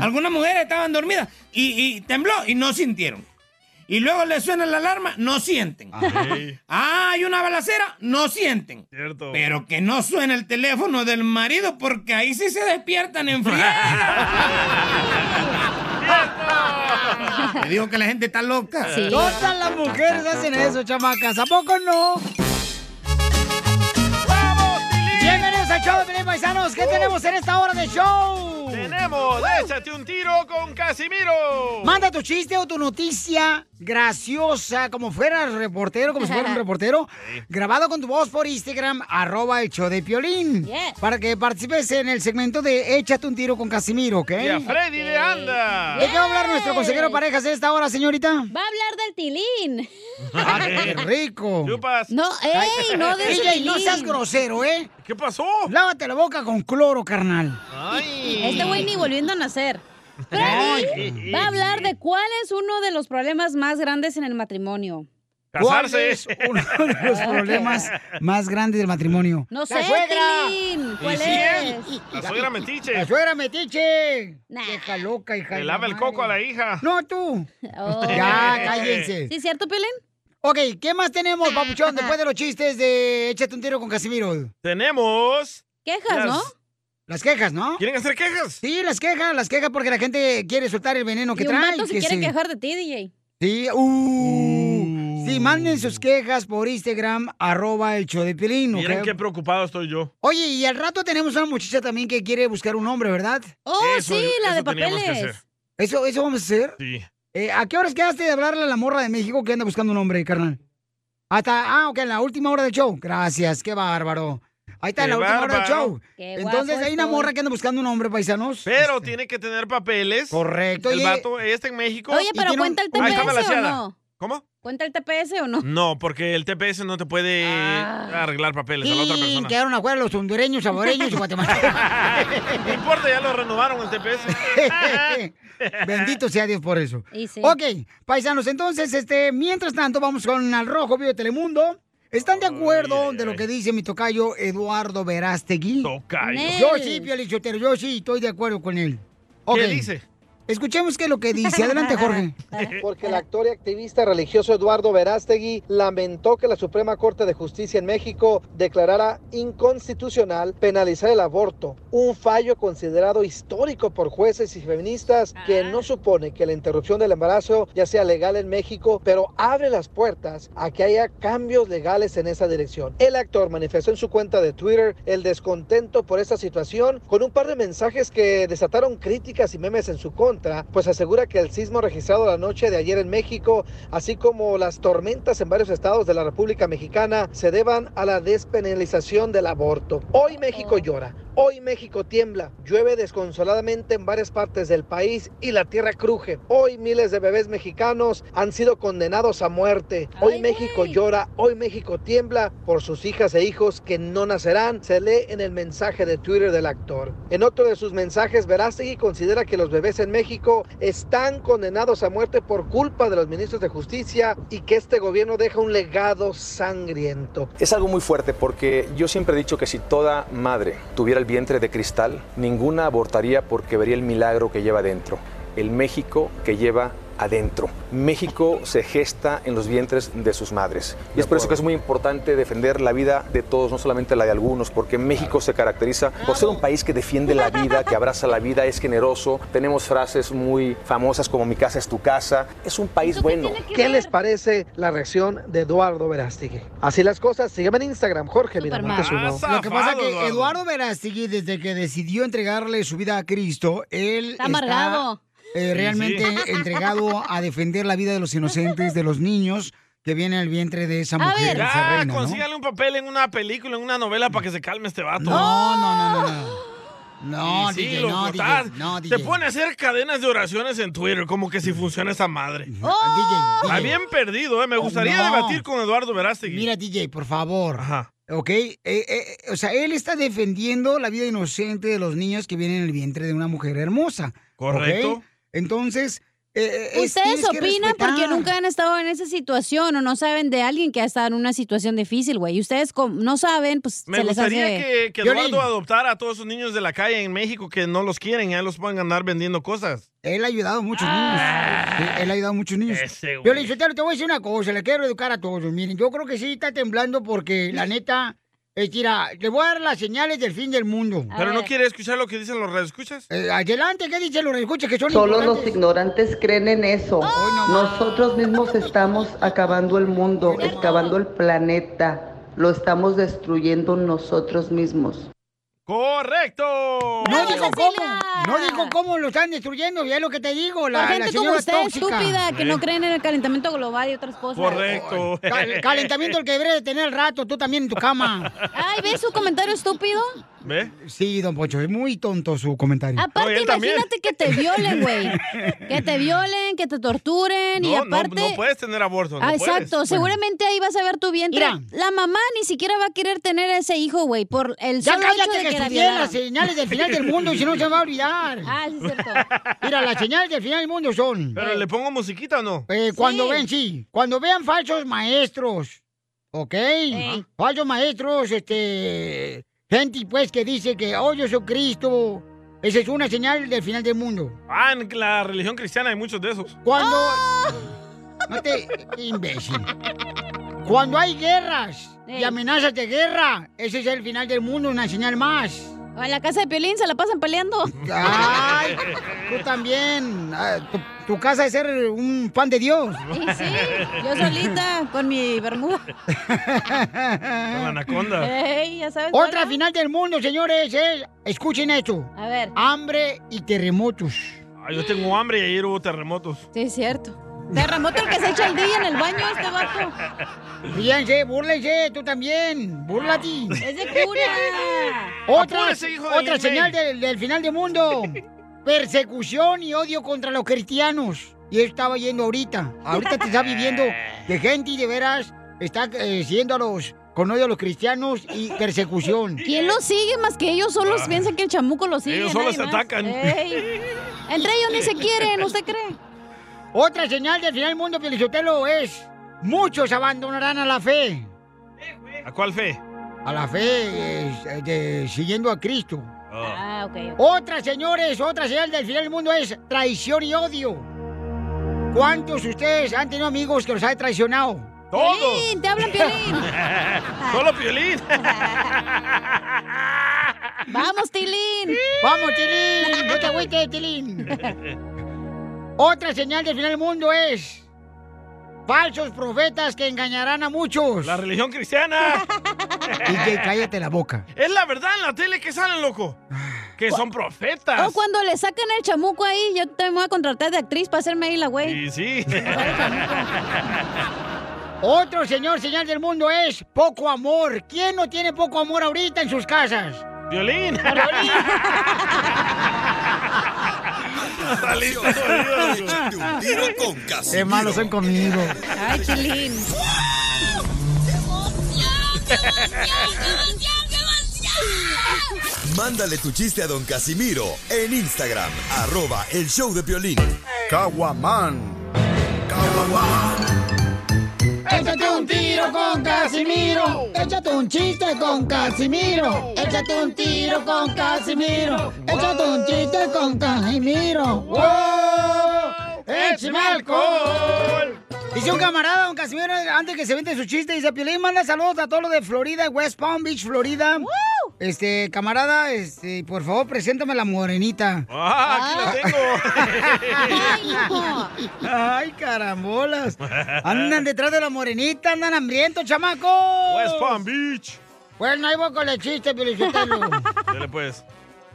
Speaker 14: Algunas mujeres estaban dormidas y, y tembló y no sintieron. Y luego le suena la alarma, no sienten.
Speaker 15: Ay.
Speaker 14: Ah, hay una balacera, no sienten.
Speaker 15: Cierto.
Speaker 14: Pero que no suene el teléfono del marido porque ahí sí se despiertan en friega. Te digo que la gente está loca.
Speaker 2: Todas las mujeres hacen eso, chamacas. ¿A poco no? Bienvenidos al show de Pelín, Paisanos. ¿Qué tenemos en esta hora de show?
Speaker 4: Uh.
Speaker 2: Uh.
Speaker 4: Tenemos, échate un tiro con Casimiro.
Speaker 2: Manda tu chiste o tu noticia graciosa, como fuera reportero, como si fuera un reportero, grabado con tu voz por Instagram, arroba el show de Piolín. Para que participes en el segmento de Échate un tiro con Casimiro, ¿ok?
Speaker 4: Y a Freddy de Anda.
Speaker 2: ¿De qué va a hablar nuestro consejero parejas de esta hora, señorita?
Speaker 5: Va a hablar del tilín.
Speaker 2: ¡Ah, qué rico!
Speaker 5: No, ey, no de
Speaker 2: DJ, no
Speaker 5: Piolín.
Speaker 2: seas grosero, ¿eh?
Speaker 4: ¿Qué pasó?
Speaker 2: Lávate la boca con cloro, carnal.
Speaker 5: Este güey ni volviendo a nacer. Freddy va a hablar de cuál es uno de los problemas más grandes en el matrimonio.
Speaker 2: ¿Cuál es uno de los problemas más grandes del matrimonio?
Speaker 5: No
Speaker 2: ¡La
Speaker 5: sé,
Speaker 2: suegra!
Speaker 5: Tilín, ¿cuál
Speaker 4: ¿Y sí, eh?
Speaker 5: es?
Speaker 4: La suegra metiche.
Speaker 2: ¡La suegra metiche! Vieja loca, hija.
Speaker 4: Le
Speaker 2: de
Speaker 4: lava
Speaker 2: la
Speaker 4: el
Speaker 2: madre.
Speaker 4: coco a la hija.
Speaker 2: No, tú.
Speaker 4: Oh.
Speaker 2: Ya, cállense.
Speaker 5: ¿Sí es cierto, Pelín?
Speaker 2: Ok, ¿qué más tenemos, papuchón, después de los chistes de Échate un tiro con Casimiro?
Speaker 4: Tenemos...
Speaker 5: Quejas, ¿no?
Speaker 2: Las quejas, ¿no?
Speaker 4: ¿Quieren hacer quejas?
Speaker 2: Sí, las quejas, las quejas porque la gente quiere soltar el veneno que
Speaker 5: Y un
Speaker 2: trae.
Speaker 5: vato se
Speaker 2: que
Speaker 5: quiere quejar de ti, DJ.
Speaker 2: Sí, uh, sí, manden sus quejas por Instagram, arroba el show de Piolín,
Speaker 4: Miren
Speaker 2: ¿ok?
Speaker 4: qué preocupado estoy yo.
Speaker 2: Oye, y al rato tenemos una muchacha también que quiere buscar un hombre, ¿verdad?
Speaker 5: Oh,
Speaker 4: Eso- sí, la eso de teníamos que papeles. hacer.
Speaker 2: ¿Eso, ¿Eso vamos a hacer?
Speaker 4: Sí.
Speaker 2: Eh, ¿A qué horas quedaste de hablarle a la morra de México que anda buscando un hombre, carnal? Hasta, ah, ok, en la última hora del show. Gracias, qué bárbaro. Ahí está, en
Speaker 4: Qué
Speaker 2: la última hora del
Speaker 4: bárbaro.
Speaker 2: show.
Speaker 4: Qué
Speaker 2: Entonces
Speaker 4: guapo
Speaker 2: hay una
Speaker 4: estoy.
Speaker 2: morra que anda buscando un hombre, paisanos.
Speaker 4: Pero tiene que tener papeles.
Speaker 2: Correcto.
Speaker 4: El
Speaker 2: oye.
Speaker 4: vato este en México.
Speaker 5: Oye, pero
Speaker 4: Y tiene un-
Speaker 5: cuenta el
Speaker 4: Ahí
Speaker 5: TPS
Speaker 4: está
Speaker 5: o
Speaker 4: balanceada.
Speaker 5: no.
Speaker 4: ¿Cómo? Mm,
Speaker 5: ¿Cuenta el TPS o no?
Speaker 4: No, porque el TPS no te puede
Speaker 2: Ah.
Speaker 4: arreglar papeles a la otra
Speaker 2: Y
Speaker 4: persona.
Speaker 2: quedaron afuera los hondureños, saboreños y guatemaltecos.
Speaker 4: No importa, ya lo renovaron el TPS.
Speaker 2: Bendito sea Dios por eso.
Speaker 5: Y sí.
Speaker 2: Ok, paisanos, entonces, este, mientras tanto, vamos con Al Rojo Vivo de Telemundo. ¿Están de acuerdo de lo que dice mi tocayo Eduardo Verástegui?
Speaker 4: Tocayo.
Speaker 15: Nel.
Speaker 2: Yo sí, Piolichotero, yo sí estoy de acuerdo con él. Ok.
Speaker 4: dice?
Speaker 2: Escuchemos qué es lo que dice. Adelante, Jorge.
Speaker 1: Porque el actor y activista religioso Eduardo Verástegui lamentó que la Suprema Corte de Justicia en México declarara inconstitucional penalizar el aborto, un fallo considerado histórico por jueces y feministas que no supone que la interrupción del embarazo ya sea legal en México, pero abre las puertas a que haya cambios legales en esa dirección. El actor manifestó en su cuenta de Twitter el descontento por esta situación con un par de mensajes que desataron críticas y memes en su contra, pues asegura que el sismo registrado la noche de ayer en México, así como las tormentas en varios estados de la República Mexicana, se deban a la despenalización del aborto. Hoy México llora. Hoy México tiembla, llueve desconsoladamente en varias partes del país y la tierra cruje. Hoy miles de bebés mexicanos han sido condenados a muerte. Hoy México llora, hoy México tiembla por sus hijas e hijos que no nacerán, se lee en el mensaje de Twitter del actor. En otro de sus mensajes, Verástegui considera que los bebés en México están condenados a muerte por culpa de los ministros de justicia y que este gobierno deja un legado sangriento.
Speaker 21: Es algo muy fuerte porque yo siempre he dicho que si toda madre tuviera el vientre de cristal, ninguna abortaría porque vería el milagro que lleva dentro, el México que lleva
Speaker 14: adentro. México se gesta en los vientres de sus madres. Y es por eso que es muy importante defender la vida de todos, no solamente la de algunos, porque México se caracteriza por ser un país que defiende la vida, que abraza la vida, es generoso. Tenemos frases muy famosas como mi casa es tu casa. Es un país bueno.
Speaker 1: ¿Qué les parece la reacción de Eduardo Verástegui? Así las cosas, síganme en Instagram, Jorge Miramontes uno.
Speaker 2: Lo que pasa es que Eduardo Verástegui, desde que decidió entregarle su vida a Cristo, él
Speaker 5: Está amargado.
Speaker 2: eh,
Speaker 5: Sí,
Speaker 2: realmente
Speaker 5: sí.
Speaker 2: entregado a defender la vida de los inocentes, de los niños que vienen al vientre de esa
Speaker 4: A
Speaker 2: mujer.
Speaker 4: ver,
Speaker 2: de esa
Speaker 4: ya,
Speaker 2: reina, ¿no?
Speaker 4: consígale un papel en una película, en una novela para que se calme este vato.
Speaker 2: No, no, no, no. No,
Speaker 4: Y sí,
Speaker 2: DJ,
Speaker 4: lo
Speaker 2: no, DJ,
Speaker 4: cortás.
Speaker 2: no,
Speaker 4: Te
Speaker 2: DJ.
Speaker 4: pone a hacer cadenas de oraciones en Twitter, como que si funciona esa madre.
Speaker 2: "Ah,
Speaker 5: Oh.
Speaker 2: DJ,
Speaker 4: Está bien perdido, ¿eh? Me gustaría
Speaker 2: Oh, No.
Speaker 4: debatir con Eduardo Verástegui.
Speaker 2: Mira, DJ, por favor. ¿Ok? Eh, eh, o sea, él está defendiendo la vida inocente de los niños que vienen en el vientre de una mujer hermosa. ¿ok?
Speaker 4: Correcto.
Speaker 2: Entonces, eh, eh, es-
Speaker 5: Ustedes
Speaker 2: tienes que
Speaker 5: opinan porque
Speaker 2: respetar.
Speaker 5: nunca han estado en esa situación o no saben de alguien que ha estado en una situación difícil, güey. Y ustedes com- no saben, pues
Speaker 4: Me
Speaker 5: se les
Speaker 4: gustaría
Speaker 5: hace...
Speaker 4: que, que Eduardo adoptara a todos esos niños de la calle en México que no los quieren, ya los pueden andar vendiendo cosas.
Speaker 2: Él ha ayudado a muchos
Speaker 5: Ah.
Speaker 2: niños. Sí, Él ha ayudado a muchos niños.
Speaker 4: Ese güey.
Speaker 2: Yo le dije, te voy a decir una cosa, le quiero educar a todos. Miren, yo creo que sí está temblando porque la neta, es tira, le voy a dar las señales del fin del mundo.
Speaker 4: Pero no quiere escuchar lo que dicen los radioescuchas.
Speaker 2: Eh, adelante, ¿qué dicen los escuchas que son
Speaker 7: Solo los
Speaker 2: ignorantes?
Speaker 7: ignorantes creen en eso. Nosotros mismos estamos acabando el mundo, excavando el planeta. Lo estamos destruyendo nosotros mismos.
Speaker 4: ¡Correcto!
Speaker 2: No dijo cómo, no dijo cómo lo están destruyendo, ya es lo que te digo, la, la
Speaker 5: Por gente como
Speaker 2: señora
Speaker 5: usted,
Speaker 2: tóxica.
Speaker 5: estúpida, que no creen en el calentamiento global y otras cosas.
Speaker 4: Correcto.
Speaker 2: Cal- calentamiento el que debería de tener al rato, tú también en tu cama.
Speaker 5: Ay, ¿ves su comentario estúpido?
Speaker 4: ¿Ve?
Speaker 2: Sí, don Poncho, es muy tonto su comentario.
Speaker 5: Aparte, imagínate que te violen, güey. Que te violen, que te torturen y
Speaker 4: No, no,
Speaker 5: aparte...
Speaker 4: no puedes tener aborto. no
Speaker 5: Ah,
Speaker 4: puedes.
Speaker 5: exacto, seguramente ahí vas a ver tu vientre.
Speaker 4: Mira.
Speaker 5: La mamá ni siquiera va a querer tener a ese hijo, güey, por el
Speaker 2: Ya
Speaker 5: solo hecho
Speaker 2: cállate
Speaker 5: de
Speaker 2: que,
Speaker 5: que, la
Speaker 2: estudié
Speaker 5: violaron.
Speaker 2: las señales del final del mundo y si no se va a olvidar.
Speaker 5: Ah, sí, es cierto.
Speaker 2: Mira, las señales del final del mundo son.
Speaker 4: ¿Pero le pongo musiquita o no?
Speaker 2: Eh, cuando ven, sí. Cuando vean falsos maestros, ¿ok? Falsos maestros, este... Gente, pues, que dice que, oh, yo soy Cristo. Esa es una señal del final del mundo.
Speaker 4: Ah, en la religión cristiana hay muchos de esos.
Speaker 2: Cuando...
Speaker 5: ¡Ah!
Speaker 2: No te... imbécil. Cuando hay guerras y amenazas de guerra, ese es el final del mundo, una señal más.
Speaker 5: O en la casa de Piolín se la pasan peleando.
Speaker 2: Ay, tú también. Ah, Tu, tu casa es ser un pan de Dios.
Speaker 5: Y sí, yo solita con mi bermuda.
Speaker 4: Con la anaconda.
Speaker 5: Ey, ya sabes.
Speaker 2: Otra final del mundo, señores, es- escuchen esto.
Speaker 5: A ver.
Speaker 2: Hambre y terremotos.
Speaker 4: Ah, yo tengo hambre y ayer hubo terremotos.
Speaker 5: Sí, es cierto. Terremoto el que se echa el día en el baño este vato.
Speaker 2: Fíjense, búrlense, tú también, búrlate.
Speaker 5: Es de cura.
Speaker 2: Otra,
Speaker 5: Apúrese, hijo de
Speaker 2: otra
Speaker 5: Lin-May.
Speaker 2: señal del, del final del mundo. Persecución y odio contra los cristianos. Y él estaba yendo ahorita. Ahorita te está viviendo de gente y de veras está eh, siendo a los con odio a los cristianos y persecución.
Speaker 5: ¿Quién los sigue más que ellos solos
Speaker 2: Ah.
Speaker 5: piensan que el chamuco los sigue?
Speaker 2: Ellos solos
Speaker 5: nadie
Speaker 2: se
Speaker 5: más.
Speaker 2: atacan.
Speaker 5: Ey. Entre ellos ni se quieren, ¿usted cree?
Speaker 2: Otra señal del final del mundo, Pelizotelo, es muchos abandonarán a la fe.
Speaker 4: ¿A cuál fe?
Speaker 2: A la fe, eh, de- siguiendo a Cristo.
Speaker 4: Oh,
Speaker 5: Ah, ok.
Speaker 2: Otra, señores, otra señal del final del mundo es traición y odio. ¿Cuántos de ustedes han tenido amigos que los han traicionado?
Speaker 4: ¡Todos!
Speaker 5: Piolín, te hablan Piolín.
Speaker 4: Solo Piolín.
Speaker 5: Vamos, Tilín.
Speaker 2: ¡Vamos, Tilín! ¡No te agüites, Tilín! Otra señal del final del mundo es falsos profetas que engañarán a muchos.
Speaker 4: La religión cristiana.
Speaker 2: DJ, cállate la boca.
Speaker 4: Es la verdad en la tele que salen, loco. Que son profetas.
Speaker 5: O cuando le sacan el chamuco ahí, yo te voy a contratar de actriz para hacerme ahí la güey.
Speaker 4: Y sí.
Speaker 2: Otro señor señal del mundo es poco amor. ¿Quién no tiene poco amor ahorita en sus casas?
Speaker 4: Violín.
Speaker 6: De un tiro con Casimiro.
Speaker 2: Qué malos son conmigo.
Speaker 5: Ay, Chilín.
Speaker 6: Mándale tu chiste a don Casimiro en Instagram, arroba el show de violín. Caguaman.
Speaker 2: Échate un tiro con Casimiro. Échate un chiste con Casimiro. Échate un tiro con Casimiro. Échate un chiste con Casimiro. ¡Wow! ¡Échame alcohol! Dice un camarada, don Casimiro, antes que se vente su chiste, dice, Piolín, manda saludos a todos los de Florida, West Palm Beach, Florida. Este, camarada, este, por favor, preséntame la morenita.
Speaker 4: ¡Ah, aquí la tengo!
Speaker 2: ¡Ay, carambolas! Andan detrás de la morenita, andan hambrientos, chamacos.
Speaker 4: West Palm Beach.
Speaker 2: Pues no iba con el chiste, Piolichotelo.
Speaker 4: Dale pues.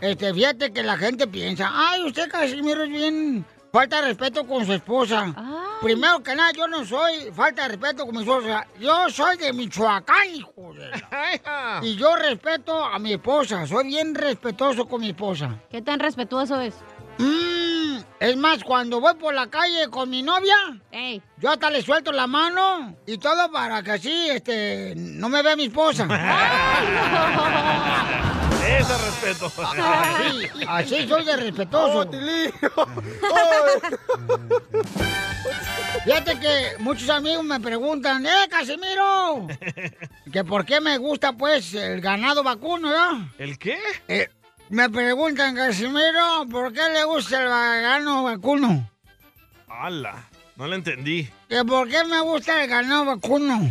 Speaker 2: Este, fíjate que la gente piensa, ay, usted Casimiro es bien falta de respeto con su esposa. Primero que nada, yo no soy falta de respeto con mi esposa. Yo soy de Michoacán, hijo de la- Y yo respeto a mi esposa, soy bien respetuoso con mi esposa.
Speaker 5: ¿Qué tan respetuoso es?
Speaker 2: Mm, es más, cuando voy por la calle con mi novia, yo hasta le suelto la mano y todo para que así, este, no me vea mi esposa.
Speaker 4: Ese respeto.
Speaker 2: Así, así soy de respetuoso.
Speaker 5: Oh,
Speaker 2: Fíjate que muchos amigos me preguntan, ¡eh, Casimiro! Que por qué me gusta, pues, el ganado vacuno, ¿no?
Speaker 4: ¿El qué?
Speaker 2: me preguntan, Casimiro, ¿por qué le gusta el ganado vacuno?
Speaker 4: ¡Hala! No la entendí.
Speaker 2: Que por qué me gusta el ganado vacuno.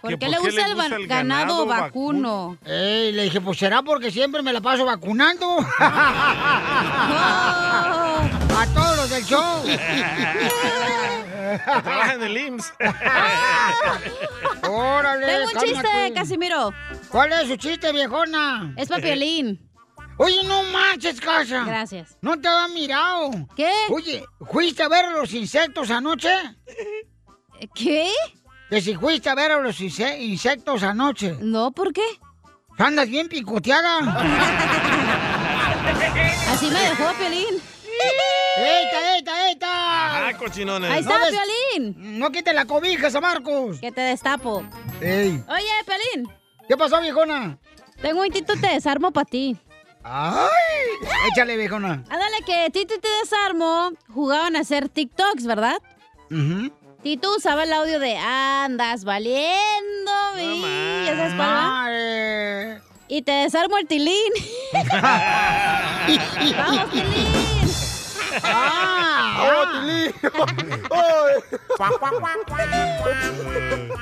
Speaker 5: ¿Por Que qué por le qué gusta le el gusta va- el ganado ganado vacuno?
Speaker 2: Ey, le dije, pues será porque siempre me la paso vacunando. A todos los del show.
Speaker 4: Trabaja en el IMSS.
Speaker 2: Órale,
Speaker 5: Tengo un chiste, Casimiro.
Speaker 2: ¿Cuál es su chiste, viejona?
Speaker 5: Es papelín.
Speaker 2: Oye, no manches, casa.
Speaker 5: Gracias.
Speaker 2: No te había mirado.
Speaker 5: ¿Qué?
Speaker 2: Oye, ¿fuiste a ver a los insectos anoche?
Speaker 5: ¿Qué?
Speaker 2: Que si fuiste a ver a los inse- insectos anoche.
Speaker 5: No, ¿por qué?
Speaker 2: Andas bien picoteada.
Speaker 5: Así me dejó Piolín.
Speaker 2: ¡Eita, eita, eita!
Speaker 4: ¡Ah, cochinones!
Speaker 5: Ahí está,
Speaker 4: No des-
Speaker 5: Piolín.
Speaker 2: No quites la cobija, San Marcos.
Speaker 5: Que te destapo.
Speaker 2: Ey.
Speaker 5: Oye, Piolín.
Speaker 2: ¿Qué pasó, viejona?
Speaker 5: Tengo un tito te desarmo para ti.
Speaker 2: ¡Ay! Échale, viejona.
Speaker 5: Ándale que Tito y te desarmo jugaban a hacer TikToks, ¿verdad?
Speaker 2: Ujú.
Speaker 5: Tito usaba el audio de andas valiendo, mi. ¿Ya sabes cuál va? Y te desarmo el tilín. Vamos, tilín. Ah.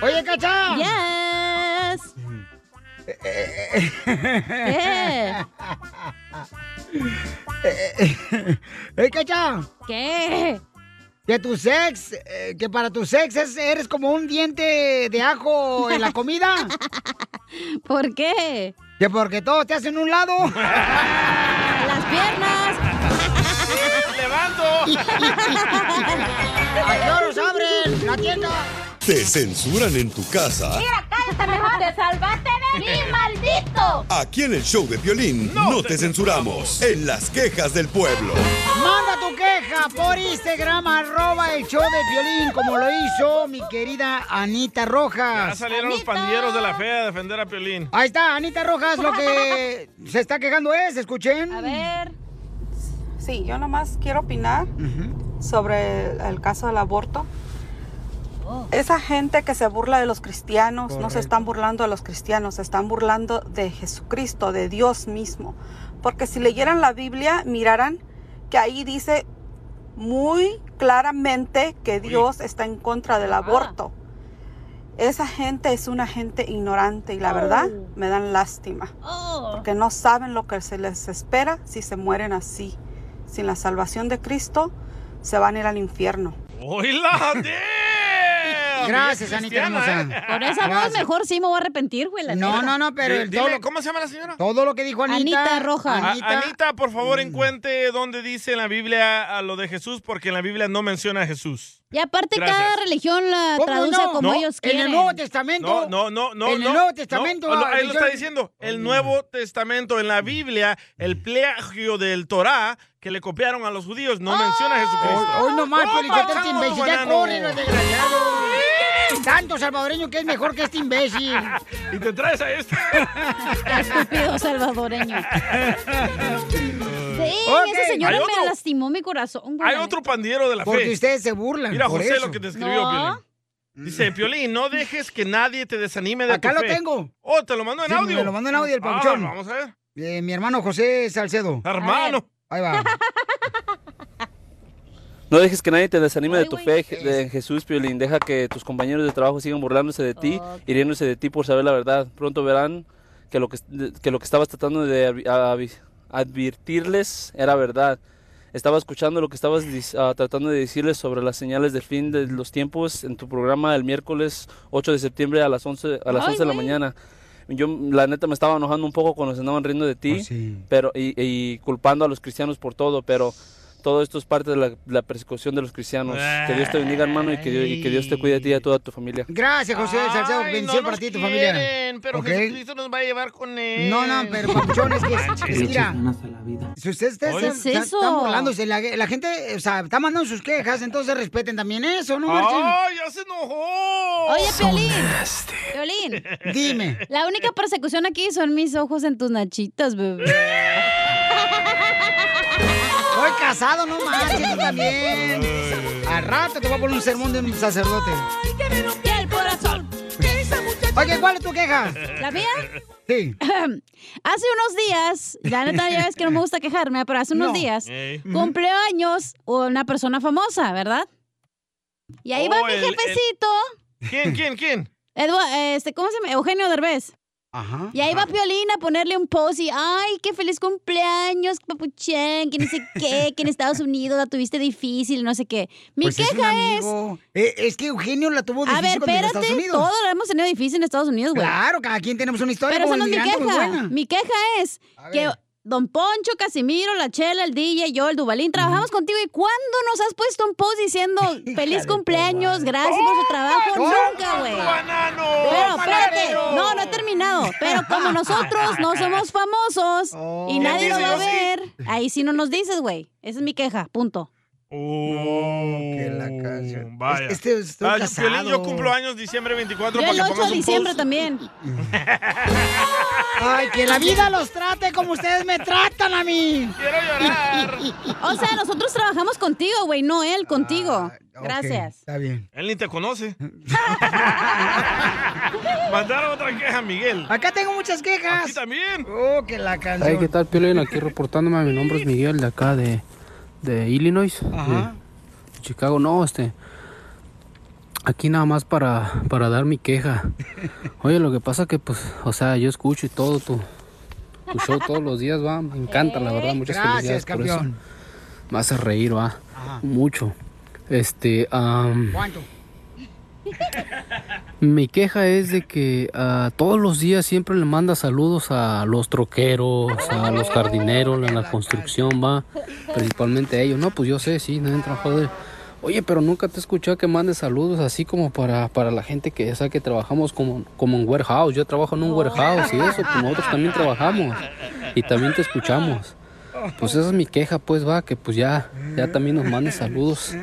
Speaker 2: Oye, Cacha.
Speaker 5: Yes.
Speaker 2: Eh,
Speaker 5: ¿Qué?
Speaker 2: Eh, ¡Ey, Eh, Cacha!
Speaker 5: ¿Qué?
Speaker 2: Que tu sex, eh, que para tu sex es- eres como un diente de ajo en la comida.
Speaker 5: ¿Por qué?
Speaker 2: Que porque todos te hacen un lado.
Speaker 5: Las piernas.
Speaker 4: Levanto.
Speaker 2: ¿A qué horas abren la tienda?
Speaker 6: ¿Te censuran en tu casa?
Speaker 5: cállate mejor. Te salvaste de mí, maldito.
Speaker 6: Aquí en el show de violín no, te, censuramos. En las quejas del pueblo.
Speaker 2: Manda tu queja por Instagram, arroba el show de violín, como lo hizo mi querida Anita Rojas.
Speaker 4: Ya salieron los pandilleros de la fea a defender a Piolín.
Speaker 2: Ahí está, Anita Rojas, lo que se está quejando es, escuchen. A
Speaker 5: ver.
Speaker 10: Sí, yo nomás quiero opinar sobre el, el caso del aborto. Esa gente que se burla de los cristianos no se
Speaker 22: Correcto.
Speaker 10: están burlando de los cristianos, se están burlando de Jesucristo, de Dios mismo. Porque si leyeran la Biblia, mirarán que ahí dice muy claramente que Dios está en contra del aborto. Esa gente es una gente ignorante y la verdad me dan lástima. Porque no saben lo que se les espera si se mueren así. Sin la salvación de Cristo, se van a ir al infierno.
Speaker 4: ¡Hola, damn!
Speaker 10: Gracias,
Speaker 4: Bien
Speaker 10: Anita hermosa.
Speaker 4: cristiana, ¿eh?
Speaker 5: Por esa voz mejor sí me voy a arrepentir, güey. la
Speaker 2: No,
Speaker 5: neta.
Speaker 2: no, no, pero el
Speaker 4: Dile,
Speaker 2: todo lo-
Speaker 4: ¿Cómo se llama la señora?
Speaker 2: Todo lo que dijo Anita. Mm.
Speaker 5: Anita Rojas.
Speaker 4: A- Anita, por favor, encuentre dónde dice en la Biblia a lo de Jesús, porque en la Biblia no menciona a Jesús.
Speaker 5: Y aparte
Speaker 4: Gracias.
Speaker 5: cada religión la
Speaker 2: ¿Cómo
Speaker 5: traduce
Speaker 2: no?
Speaker 5: como
Speaker 4: No,
Speaker 5: ellos
Speaker 2: en el
Speaker 5: quieren.
Speaker 2: Nuevo Testamento.
Speaker 4: No, no, no, no.
Speaker 2: En el
Speaker 4: no,
Speaker 2: Nuevo Testamento, ah,
Speaker 4: no,
Speaker 2: la
Speaker 4: ahí lo está
Speaker 2: religión-
Speaker 4: diciendo. El Nuevo Testamento, en la Biblia, el plagio del Torá que le copiaron a los judíos no menciona a Jesucristo.
Speaker 2: Ah, Hoy nomás,
Speaker 4: ¡Toma,
Speaker 2: Pelichotero, este
Speaker 4: chango,
Speaker 2: imbécil. Ya
Speaker 4: banano!
Speaker 2: corre, los desgraciados. Tanto salvadoreño que es mejor que este imbécil.
Speaker 4: Y te traes a este.
Speaker 5: Estúpido salvadoreño. Sí,
Speaker 4: Ok.
Speaker 5: esa señora
Speaker 4: Hay
Speaker 5: me
Speaker 4: otro.
Speaker 5: lastimó mi corazón. güey,
Speaker 4: Hay
Speaker 5: la
Speaker 4: otro pandillero de la fe.
Speaker 2: Porque ustedes se burlan.
Speaker 4: Mira,
Speaker 2: por
Speaker 4: José,
Speaker 2: eso.
Speaker 4: lo que te escribió,
Speaker 5: No.
Speaker 4: Piolín. Dice, Piolín, no dejes que nadie te desanime de
Speaker 2: Acá
Speaker 4: tu
Speaker 2: lo
Speaker 4: fe.
Speaker 2: tengo.
Speaker 4: Oh, te lo mando en
Speaker 2: Sí,
Speaker 4: audio.
Speaker 2: me lo mandó en audio el
Speaker 4: Ah,
Speaker 2: papuchón.
Speaker 4: vamos a ver.
Speaker 2: Eh, mi hermano José Salcedo.
Speaker 4: Hermano.
Speaker 2: Ahí va.
Speaker 23: No dejes que nadie te desanime de tu fe de- en Jesús, Piolín. Deja que tus compañeros de trabajo sigan burlándose de ti y riéndose de ti por saber la verdad. Pronto verán que lo que, que, lo que estabas tratando de avi- avi- advertirles era verdad. Estaba escuchando lo que estabas dis- ah, tratando de decirles sobre las señales del fin de los tiempos en tu programa el miércoles 8 de septiembre a las 11, a las
Speaker 24: Ay,
Speaker 23: 11 de la
Speaker 24: güey.
Speaker 23: mañana. Yo, la neta, me estaba enojando un poco cuando se andaban riendo de ti pero y, y culpando a los cristianos por todo, pero todo esto es parte de la, la persecución de los cristianos. Que Dios te bendiga, hermano, y que, Dios, y que Dios te cuide a ti y a toda tu familia.
Speaker 2: Gracias, José del Salcedo. Bendición para ti y tu familia.
Speaker 4: pero
Speaker 2: Ok.
Speaker 4: Jesucristo nos va a llevar con él.
Speaker 2: No, no, pero papuchón, es que es- es- mira, si ustedes ustedes
Speaker 4: Oye.
Speaker 2: están-
Speaker 4: ¿Qué es
Speaker 2: están-
Speaker 4: eso?
Speaker 2: están burlándose, la, la gente, o sea, está mandando sus quejas, entonces respeten también eso, ¿no, marchen?
Speaker 4: ¡Oh, ya se enojó!
Speaker 5: Oye, Piolín. Piolín.
Speaker 2: Dime.
Speaker 5: La única persecución aquí son mis ojos en tus nachitas, bebé.
Speaker 2: Estoy casado, no marches, tú también. Al rato te voy a poner un sermón de un sacerdote.
Speaker 5: el corazón.
Speaker 2: Oye, ¿cuál es tu queja?
Speaker 5: ¿La mía?
Speaker 2: Sí.
Speaker 5: hace unos días, la neta ya ves que no me gusta quejarme, pero hace unos
Speaker 15: No.
Speaker 5: días
Speaker 15: Ey.
Speaker 5: cumplió años una persona famosa, ¿verdad? Y ahí va
Speaker 15: Oh,
Speaker 5: mi
Speaker 15: el- el-
Speaker 5: jefecito.
Speaker 4: ¿Quién, quién, quién?
Speaker 5: Edwa- este, ¿Cómo se llama? Eugenio Derbez.
Speaker 2: Ajá.
Speaker 5: Y ahí va Piolín a ponerle un post y, ay, qué feliz cumpleaños, papuchén, que no sé qué, que en Estados Unidos la tuviste difícil, no sé qué. Mi
Speaker 2: Pues es un
Speaker 5: queja es...
Speaker 2: amigo. Eh, Es, que Eugenio la tuvo
Speaker 5: A
Speaker 2: difícil
Speaker 5: ver,
Speaker 2: cuando llegó a
Speaker 5: espérate,
Speaker 2: Estados Unidos.
Speaker 5: todos la hemos tenido difícil en Estados Unidos, güey.
Speaker 2: Claro, cada quien tenemos una historia
Speaker 5: Pero
Speaker 2: como
Speaker 5: esa no es mi
Speaker 2: inmigrante muy
Speaker 5: queja.
Speaker 2: buena.
Speaker 5: Mi queja es que Don Poncho, Casimiro, la Chela, el DJ, yo, el Dubalín, trabajamos contigo y ¿cuándo nos has puesto un post diciendo feliz cumpleaños, gracias por su trabajo? Nunca, güey. Pero espérate, no, no he terminado. Pero como nosotros no somos famosos y
Speaker 2: Oh.
Speaker 15: ¿Quién
Speaker 5: nadie lo
Speaker 15: dice
Speaker 5: va a
Speaker 15: yo sí?
Speaker 5: ver, ahí sí no nos dices, güey. Esa es mi queja, punto.
Speaker 4: que la canción. Uh, Vaya.
Speaker 2: Este- este- estoy
Speaker 4: Ah, Piolín,
Speaker 2: casado.
Speaker 4: yo cumplo años diciembre 24
Speaker 5: Yo
Speaker 4: para
Speaker 5: el
Speaker 4: que
Speaker 5: 8
Speaker 4: pongas
Speaker 5: de
Speaker 4: un
Speaker 5: diciembre
Speaker 4: post.
Speaker 5: también.
Speaker 2: Ay, que la vida los trate como ustedes me tratan a mí.
Speaker 4: Quiero llorar.
Speaker 5: O sea, nosotros trabajamos contigo, güey, no él,
Speaker 2: Ah,
Speaker 5: contigo. Gracias.
Speaker 2: Está bien.
Speaker 4: Él ni te conoce. Mandaron otra queja, Miguel.
Speaker 2: Acá tengo muchas quejas. Aquí
Speaker 4: también.
Speaker 2: Oh, que la canción.
Speaker 25: Ay, ¿qué tal, Piolín? Aquí reportándome. Mi nombre es Miguel, de acá, de, de Illinois.
Speaker 2: Ajá.
Speaker 25: de Chicago, no, este. Aquí nada más para, para dar mi queja. Oye, lo que pasa que, pues, o sea, yo escucho y todo tu, tu show todos los días, va. Me encanta, la verdad. Muchas
Speaker 2: Gracias,
Speaker 25: felicidades por eso.
Speaker 2: campeón.
Speaker 25: Me hace reír, va. Mucho. Este, am,
Speaker 2: ¿Cuánto?
Speaker 25: mi queja es de que ah, todos los días siempre le manda saludos a los troqueros, a los jardineros, a la construcción, va, principalmente a ellos. No, pues yo sé, sí, nadie trabaja de... Oye, pero nunca te he escuchado que mandes saludos así como para, para la gente que ya sabe que trabajamos como, como en warehouse. Yo trabajo en un warehouse y eso, pues nosotros también trabajamos y también te escuchamos. Pues esa es mi queja, pues va, que pues ya, ya también nos mandes saludos.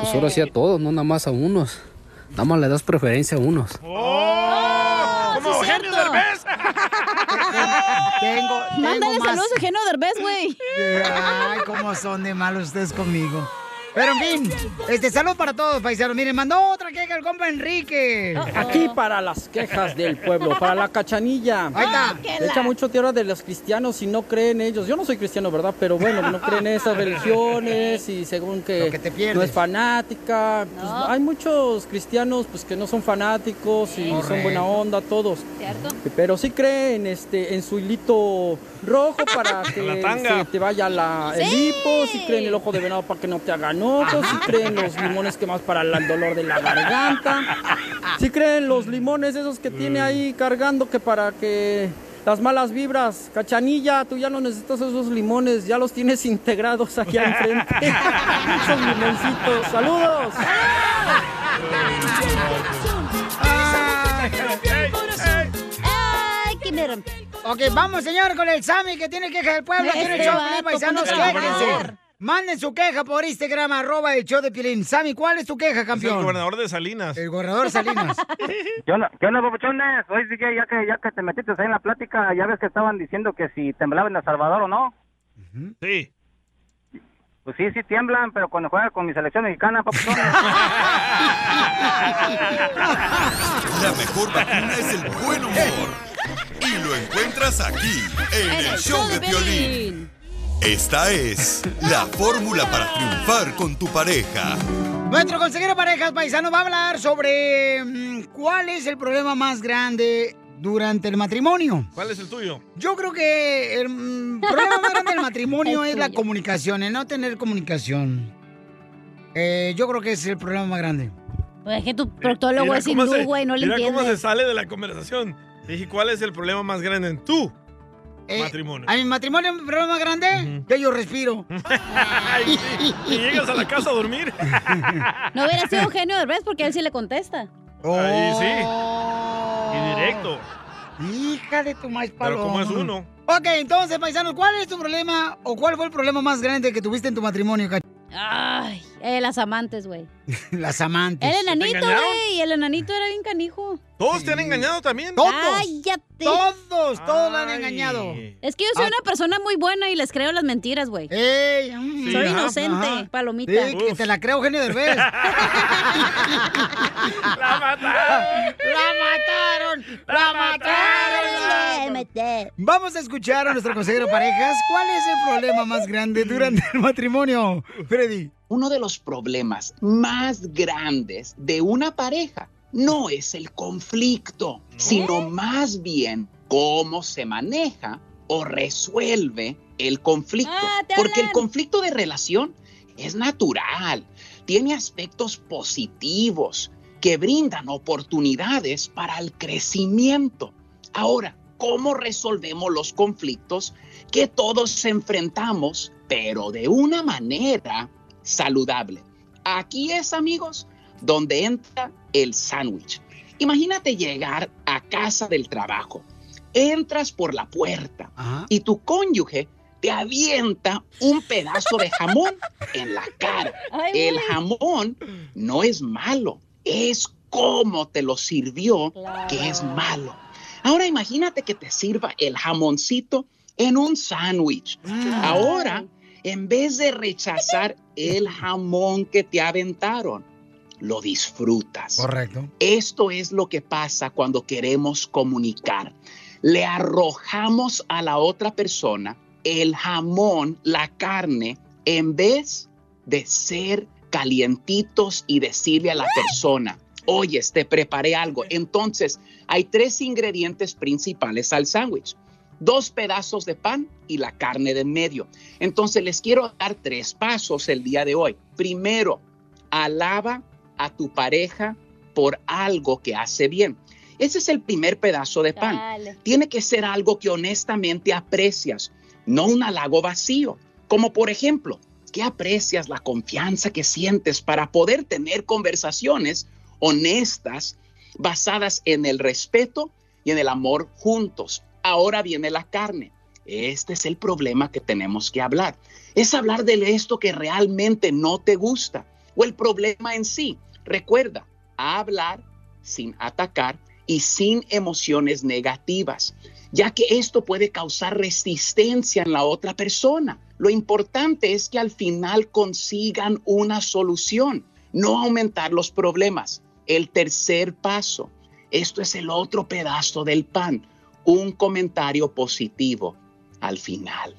Speaker 25: Pues ahora sí a todos, no nada más a unos. Nada más le das preferencia a unos.
Speaker 4: Oh,
Speaker 2: Oh,
Speaker 4: Como Eugenio Derbez.
Speaker 2: Tengo, tengo
Speaker 5: Mándale
Speaker 2: más. Eh,
Speaker 5: saludos a Eugenio Derbez, güey.
Speaker 2: Ay, cómo son de malos ustedes conmigo. Pero en fin, este saludo para todos, paisanos. Miren, mandó otra queja el compa Enrique.
Speaker 26: Aquí para las quejas del pueblo, para la cachanilla.
Speaker 2: Ahí está. Ah, que la-
Speaker 26: Echa mucho tierra de los cristianos y no creen ellos. Yo no soy cristiano, ¿verdad? Pero bueno, no creen esas religiones y según que, no es fanática. Pues, Hay muchos cristianos pues que no son fanáticos y son
Speaker 25: Correcto.
Speaker 26: buena onda todos. Pero sí creen este, en su hilito rojo para que
Speaker 25: La tanga.
Speaker 26: se te vaya la, el hipo, sí creen el ojo de venado para que no te hagan ojos, sí creen los limones que más para la- el dolor de la garganta, sí creen los limones esos que tiene ahí cargando que para que las malas vibras, cachanilla, tú ya no necesitas esos limones, ya los tienes integrados allá enfrente, esos limoncitos, saludos.
Speaker 2: Ah.
Speaker 5: Ay, qué nerv-
Speaker 2: Ok, vamos, señor, con el Sammy que tiene queja del pueblo.
Speaker 5: Este
Speaker 2: Tiene el show, de
Speaker 5: vato,
Speaker 2: Piolín, paisanos,
Speaker 5: ¿cuándo se va a
Speaker 2: quéjense.
Speaker 5: parar?
Speaker 2: Manden su queja por Instagram, arroba el show de Pilín. Sammy, ¿cuál es tu queja,
Speaker 4: Es el
Speaker 2: campeón?
Speaker 4: gobernador de Salinas.
Speaker 2: El gobernador Salinas.
Speaker 16: ¿Qué onda, qué onda papuchones? Oye, DJ, ya que, ya que te metiste ahí en la plática, ya ves que estaban diciendo que si temblaban en El Salvador o no.
Speaker 4: Sí.
Speaker 16: Pues sí, sí tiemblan, pero cuando juegan con mi selección mexicana, papuchones.
Speaker 6: La mejor vacuna es el buen Eh. humor. Y lo encuentras aquí, en el show de violín. Esta es la fórmula para triunfar con tu pareja.
Speaker 2: Nuestro consejero de parejas paisano va a hablar sobre mm, cuál es el problema más grande durante el matrimonio.
Speaker 4: ¿Cuál es el tuyo?
Speaker 2: Yo creo que el mm, problema más grande del matrimonio es la comunicación, el no tener comunicación. Eh, yo creo que ese es el problema más grande.
Speaker 5: Pues es que tu proctólogo
Speaker 4: Mira
Speaker 5: es
Speaker 4: cómo
Speaker 5: hindú,
Speaker 4: se-
Speaker 5: güey, no le
Speaker 4: mira
Speaker 5: entiendes.
Speaker 4: cómo se sale de la conversación. Dije, ¿cuál es el problema más grande en tu
Speaker 2: Eh,
Speaker 4: matrimonio?
Speaker 2: ¿A mi matrimonio el problema más grande? Que yo respiro.
Speaker 4: Y llegas a la casa a dormir.
Speaker 5: No hubiera sido Eugenio Derbez porque él sí le contesta.
Speaker 4: Ahí sí. Y directo.
Speaker 2: Hija de tu maíz
Speaker 4: Pero como es uno.
Speaker 2: Ok, entonces, paisanos, ¿cuál es tu problema o cuál fue el problema más grande que tuviste en tu matrimonio, cach-
Speaker 5: Ay, eh, las amantes, güey.
Speaker 2: Las amantes.
Speaker 4: Pues,
Speaker 5: El enanito, güey, el enanito era bien canijo.
Speaker 4: ¿Todos te han engañado también?
Speaker 2: Todos.
Speaker 5: Cállate.
Speaker 2: Todos, todos la han engañado. Ah.
Speaker 5: Es que yo soy una persona muy buena y les creo las mentiras, güey.
Speaker 2: mm.
Speaker 5: soy
Speaker 2: Sí, ajá,
Speaker 5: inocente,
Speaker 2: ajá.
Speaker 5: palomita.
Speaker 2: Sí, que te la creo, Eugenio Derbez.
Speaker 4: ¡La mataron!
Speaker 2: ¡La mataron! ¡La mataron! Vamos a escuchar a nuestro consejero de parejas. ¿Cuál es el problema más grande durante el matrimonio, Freddy?
Speaker 9: Uno de los problemas más grandes de una pareja no es el conflicto, sino más bien cómo se maneja o resuelve el conflicto. Porque el conflicto de relación es natural, tiene aspectos positivos que brindan oportunidades para el crecimiento. Ahora, ¿cómo resolvemos los conflictos que todos enfrentamos, pero de una manera saludable? Aquí es, amigos, donde entra el sándwich. Imagínate llegar a casa del trabajo, entras por la puerta y tu cónyuge te avienta un pedazo de jamón en la cara.
Speaker 15: Ay,
Speaker 9: el
Speaker 15: güey.
Speaker 9: jamón no es malo, es cómo te lo sirvió que es malo. Ahora imagínate que te sirva el jamoncito en un sándwich. Ahora, en vez de rechazar el jamón que te aventaron, lo disfrutas.
Speaker 2: Correcto.
Speaker 9: Esto es lo que pasa cuando queremos comunicar. Le arrojamos a la otra persona el jamón, la carne, en vez de ser calientitos y decirle a la persona, oye, te preparé algo. Entonces, hay tres ingredientes principales al sándwich. Dos pedazos de pan y la carne de en medio. Entonces, les quiero dar tres pasos el día de hoy. Primero, alaba a tu pareja por algo que hace bien. Ese es el primer pedazo de pan. Tiene que ser algo que honestamente aprecias, no un halago vacío. Como por ejemplo, que aprecias la confianza que sientes para poder tener conversaciones honestas basadas en el respeto y en el amor juntos. Ahora viene la carne. Este es el problema que tenemos que hablar. Es hablar de esto que realmente no te gusta o el problema en sí. Recuerda, hablar sin atacar y sin emociones negativas, ya que esto puede causar resistencia en la otra persona. Lo importante es que al final consigan una solución, no aumentar los problemas. El tercer paso, esto es el otro pedazo del pan, un comentario positivo al final.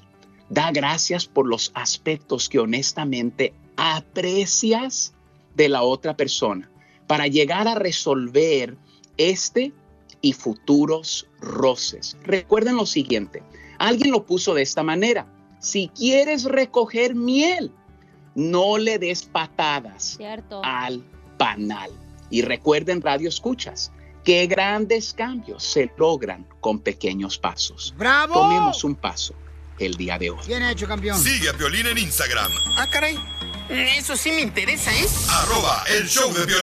Speaker 9: Da gracias por los aspectos que honestamente aprecias de la otra persona para llegar a resolver este y futuros roces. Recuerden lo siguiente, alguien lo puso de esta manera, si quieres recoger miel, no le des patadas
Speaker 5: Cierto.
Speaker 9: al panal. Y recuerden, Radio Escuchas, que grandes cambios se logran con pequeños pasos.
Speaker 2: ¡Bravo!
Speaker 9: Tomemos un paso el día de hoy.
Speaker 2: Bien hecho, campeón.
Speaker 9: Sigue a Violín en Instagram.
Speaker 15: Ah, caray. Eso sí me interesa, ¿eh?
Speaker 6: Arroba el show de violín.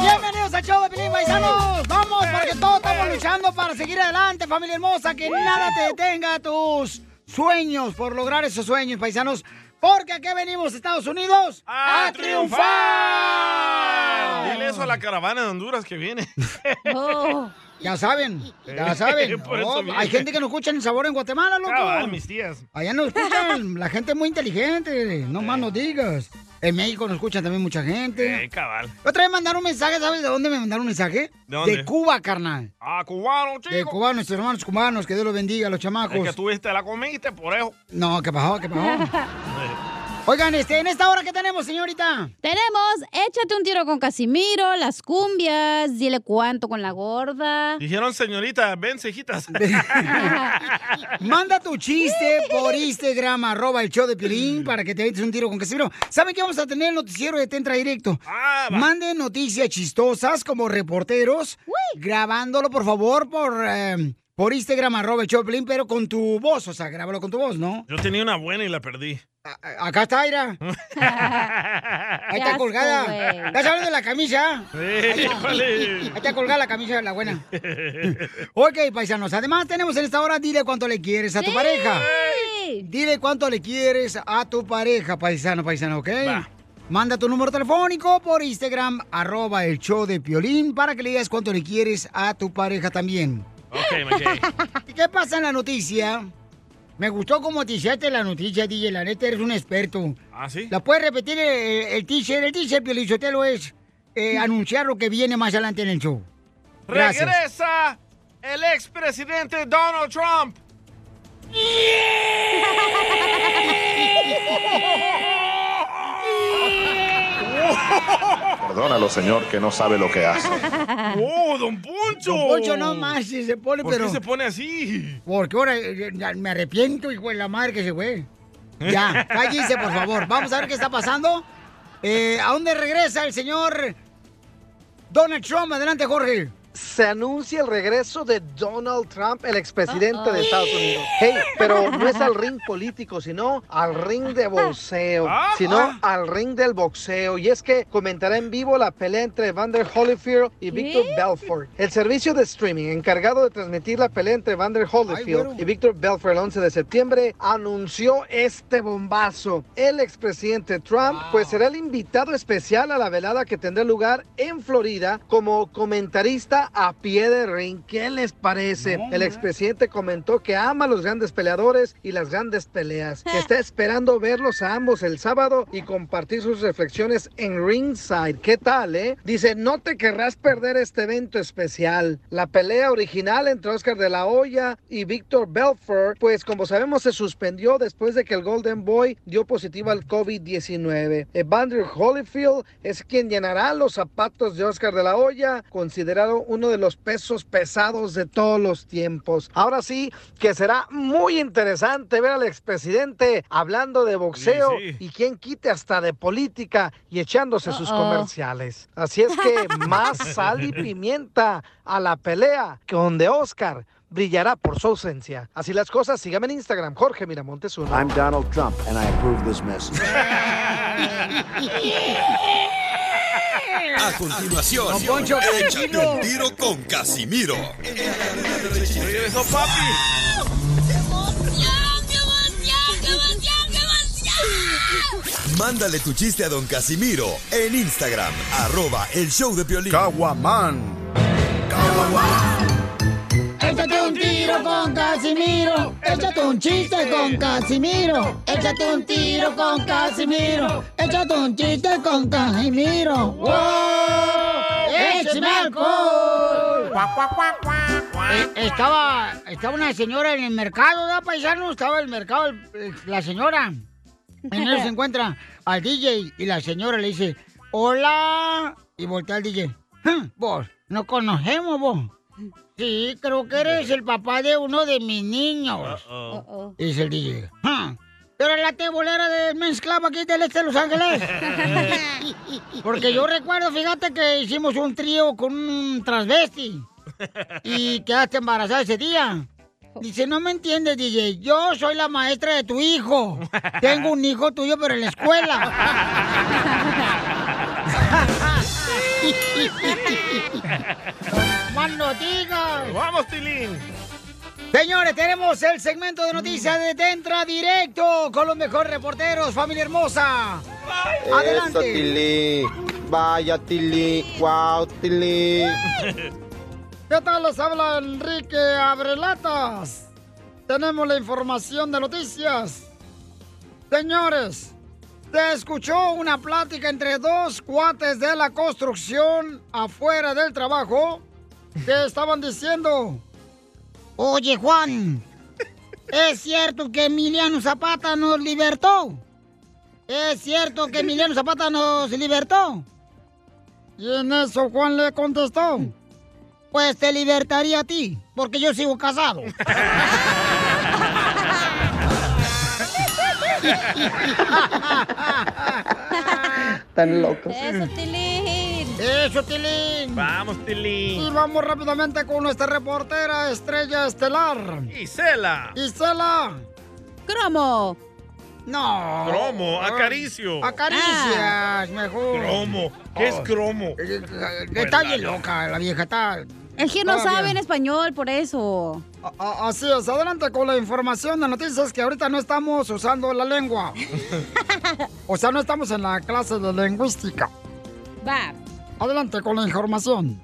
Speaker 2: Bienvenidos al show de Pelín Paisanos. Vamos, porque todos estamos luchando para seguir adelante, familia hermosa. Que nada te detenga tus sueños por lograr esos sueños, paisanos. Porque aquí venimos, Estados Unidos, a,
Speaker 4: triunfar. Dile eso a la caravana de Honduras que viene.
Speaker 2: Ya saben, ya
Speaker 4: Eh,
Speaker 2: saben.
Speaker 4: por
Speaker 2: No,
Speaker 4: eso viene.
Speaker 2: hay gente que no escucha el sabor en Guatemala, loco.
Speaker 4: Cabal, mis tías.
Speaker 2: Allá no escuchan, la gente es muy inteligente, no más no digas. En México nos escuchan también mucha gente.
Speaker 4: Eh, cabal.
Speaker 2: Otra vez mandaron un mensaje, ¿sabes de dónde me mandaron un mensaje?
Speaker 4: ¿De dónde?
Speaker 2: Cuba, carnal.
Speaker 4: Ah, cubano, chico.
Speaker 2: De Cuba, nuestros hermanos cubanos, que Dios los bendiga, los chamacos.
Speaker 4: Es que tú te la comiste, por eso.
Speaker 2: No, ¿qué pasó? ¿Qué pasó? Oigan, este, en esta hora, ¿qué tenemos, señorita?
Speaker 5: Tenemos Échate un tiro con Casimiro, las cumbias, dile cuánto con la gorda.
Speaker 4: Dijeron, señorita, ven, cejitas.
Speaker 2: Manda tu chiste por Instagram, arroba el show de Piolín, para que te eches un tiro con Casimiro. ¿Saben que vamos a tener el noticiero de Tentra Directo? Manden noticias chistosas como reporteros, grabándolo, por favor, por, eh, por Instagram, arroba el show de Piolín, pero con tu voz, o sea, grábalo con tu voz, ¿no?
Speaker 4: Yo tenía una buena y la perdí.
Speaker 2: Acá está, Ira. Ahí
Speaker 4: Qué
Speaker 2: está
Speaker 4: asco, güey.
Speaker 2: colgada. ¿Estás hablando de la camisa?
Speaker 4: Sí,
Speaker 2: Ahí está.
Speaker 4: ¿cuál es?
Speaker 2: Ahí está colgada la camisa, la buena. Ok, paisanos. Además, tenemos en esta hora, dile cuánto le quieres a tu
Speaker 5: Sí.
Speaker 2: pareja. Dile cuánto le quieres a tu pareja, paisano, paisano, ¿ok? Manda tu número telefónico por Instagram, arroba el show de Piolín, para que le digas cuánto le quieres a tu pareja también. ¿Y qué pasa en la noticia? Me gustó como t-shirt la noticia, DJ. La neta, eres un experto.
Speaker 4: ¿Ah, sí?
Speaker 2: ¿La puedes repetir el, el t-shirt? El t-shirt, Piolichotelo, es eh, anunciar lo que viene más adelante en el show. Gracias.
Speaker 4: Regresa el expresidente Donald Trump.
Speaker 21: Perdónalo, señor, que no sabe lo que hace.
Speaker 4: ¡Oh, don Poncho!
Speaker 2: Don Poncho, no más, si se pone,
Speaker 4: ¿Por
Speaker 2: pero...
Speaker 4: qué se pone así?
Speaker 2: Porque ahora eh, ya me arrepiento, hijo de la madre que se fue.
Speaker 4: ¿Eh?
Speaker 2: Ya, cállense, por favor. Vamos a ver qué está pasando. Eh, ¿A dónde regresa el señor Donald Trump? Adelante, Jorge.
Speaker 1: Se anuncia el regreso de Donald Trump, el expresidente de Estados Unidos. Hey, pero no es al ring político, sino al ring de boxeo, sino al ring del boxeo. Y es que comentará en vivo la pelea entre Vander Holyfield y Victor Belfort. El servicio de streaming encargado de transmitir la pelea entre Vander Holyfield
Speaker 16: güero.
Speaker 1: y Victor Belfort el 11 de septiembre anunció este bombazo. El expresidente Trump pues será el invitado especial a la velada que tendrá lugar en Florida como comentarista a pie de ring. ¿Qué les parece? el expresidente comentó que ama a los grandes peleadores y las grandes peleas. que Está esperando verlos a ambos el sábado y compartir sus reflexiones en ringside. ¿Qué tal, eh? Dice, no te querrás perder este evento especial. La pelea original entre Oscar de la Hoya y Víctor Belfort, pues como sabemos se suspendió después de que el Golden Boy dio positivo al COVID-19. Evander Holyfield es quien llenará los zapatos de Oscar de la Hoya, considerado uno de los pesos pesados de todos los tiempos. Ahora sí que será muy interesante ver al expresidente hablando de boxeo
Speaker 16: sí.
Speaker 1: y quien quite hasta de política y
Speaker 14: Ah,
Speaker 1: echándose sus
Speaker 16: Uh-oh.
Speaker 1: comerciales. Así es que más sal y pimienta a la pelea, que donde Oscar brillará por su ausencia. Así las cosas, sígame en Instagram, Jorge Miramontes uno.
Speaker 27: I'm Donald Trump, and I approve this message.
Speaker 6: A continuación,
Speaker 27: Don Poncho,
Speaker 6: échate un tiro con Casimiro.
Speaker 4: Regresó papi.
Speaker 6: Mándale tu chiste a don Casimiro en Instagram, arroba el show de Piolín.
Speaker 2: Échate un tiro con Casimiro. Échate un chiste con Casimiro. Échate un tiro con Casimiro. Échate un chiste con Casimiro. ¡Wow! ¡Échame alcohol! Eh, Estaba, estaba una señora en el mercado, ¿verdad, paisano? Estaba en el mercado el- eh, la señora. En él se encuentra al DJ y la señora le dice, hola. Y voltea al DJ. "Ah, Vos, nos conocemos vos. Sí, creo que eres el papá de uno de mis niños. Dice el DJ. "Ah, Pero eres la tebolera de mezclava aquí del este de Los Ángeles. Porque yo recuerdo, fíjate que hicimos un trío con un transvesti y quedaste embarazada ese día. Dice, no me entiendes, DJ. Yo soy la maestra de tu hijo. Tengo un hijo tuyo, pero en la escuela. ¡Más noticias! ¡Vamos, Tilín! Señores, tenemos el segmento de noticias de Tentra Directo con los mejores reporteros, familia hermosa.
Speaker 8: Eso,
Speaker 2: Adelante.
Speaker 8: Tilly. Vaya, Tilly. Wow, Tilly.
Speaker 2: ¿Qué tal? Les habla Enrique Abrelatas. Tenemos la información de noticias. Señores, se escuchó una plática entre dos cuates de la construcción afuera del trabajo que estaban diciendo... Oye, Juan, ¿es cierto que Emiliano Zapata nos libertó? ¿Es cierto que Emiliano Zapata nos libertó? Y en eso Juan le contestó. Pues te libertaría a ti, porque yo sigo casado.
Speaker 8: Tan locos.
Speaker 2: Eso, Tilín. Eso, Tilín. Vamos, Tilín. Y vamos rápidamente con nuestra reportera estrella estelar. Isela. Isela. Cromo. No.
Speaker 4: Cromo, acaricio.
Speaker 2: Acaricias, mejor. Eh,
Speaker 4: Cromo. ¿Qué es cromo? Pues
Speaker 2: Está bien loca la vieja, está...
Speaker 5: Es que no
Speaker 2: Todavía.
Speaker 5: saben español, por eso.
Speaker 2: A- Así es, adelante con la información de noticias que ahorita no estamos usando la lengua. o sea, no estamos en la clase de lingüística.
Speaker 5: Va.
Speaker 2: Adelante con la información.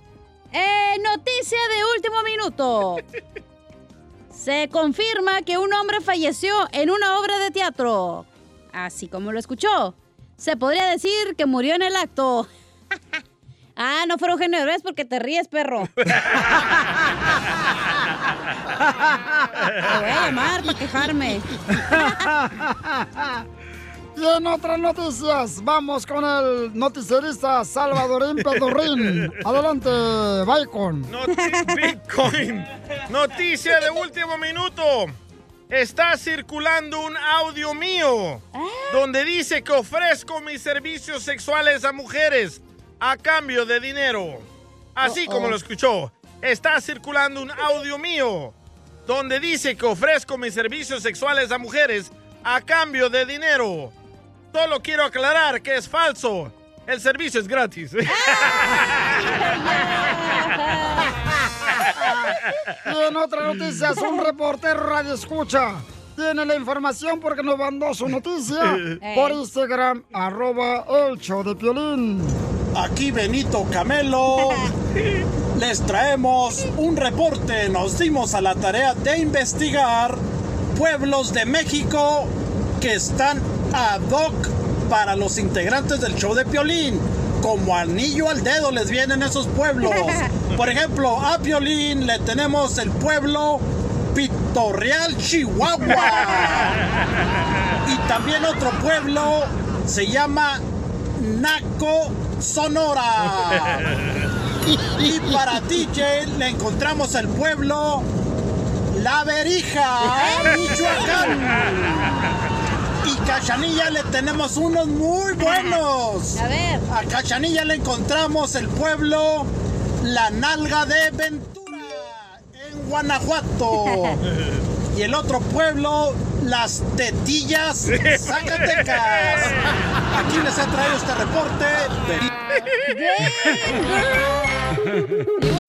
Speaker 5: Eh, noticia de último minuto. Se confirma que un hombre falleció en una obra de teatro. Así como lo escuchó. Se podría decir que murió en el acto. ah, no fueron generosos porque te ríes, perro.
Speaker 2: Te voy a llamar para quejarme. y en otras noticias, vamos con el noticierista Salvadorín Pedurrín. Adelante, Bacon.
Speaker 4: Bitcoin. Noticia de último minuto. Está circulando un audio mío donde dice que ofrezco mis servicios sexuales a mujeres a cambio de dinero. Así
Speaker 16: Uh-oh.
Speaker 4: como lo escuchó. Está circulando un audio mío donde dice que ofrezco mis servicios sexuales a mujeres a cambio de dinero. Solo quiero aclarar que es falso. El servicio es gratis.
Speaker 2: Y en otras noticias, un reportero radio escucha. Tiene la información porque nos mandó su noticia
Speaker 28: Ey.
Speaker 2: por Instagram, arroba el show de Piolín.
Speaker 28: Aquí Benito Camelo. Les traemos un reporte. Nos dimos a la tarea de investigar pueblos de México que están ad hoc para los integrantes del show de Piolín. Como anillo al dedo les vienen esos pueblos. Por ejemplo, a Piolín le tenemos el pueblo Pitorreal, Chihuahua. Y también otro pueblo se llama Naco Sonora. Y para DJ le encontramos el pueblo La Verija, Michoacán. Y Cachanilla le tenemos unos muy buenos. A ver. A Cachanilla le encontramos el pueblo La Nalga de Ventura, en Guanajuato. Y el otro pueblo, Las Tetillas Zacatecas. Aquí les he traído este reporte. de-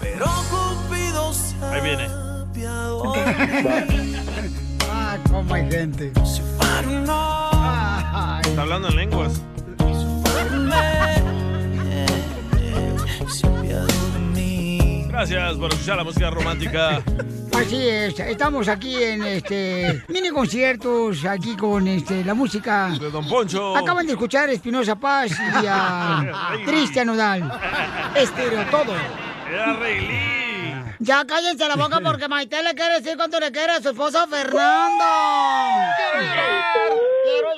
Speaker 15: Pero Cupido se
Speaker 2: Ahí viene.
Speaker 15: ha
Speaker 2: ah, cómo hay gente. Ah.
Speaker 29: Está hablando en lenguas.
Speaker 4: Gracias por escuchar la música romántica.
Speaker 2: Así es, estamos aquí en este mini conciertos, aquí con este la música. De
Speaker 4: Don Poncho.
Speaker 2: Acaban de escuchar a Espinosa Paz y a Cristian Nodal. Estéreo todo.
Speaker 4: Era Reilí.
Speaker 2: Ya cállense la boca porque Maite le quiere decir cuánto le quiere a su esposo Fernando.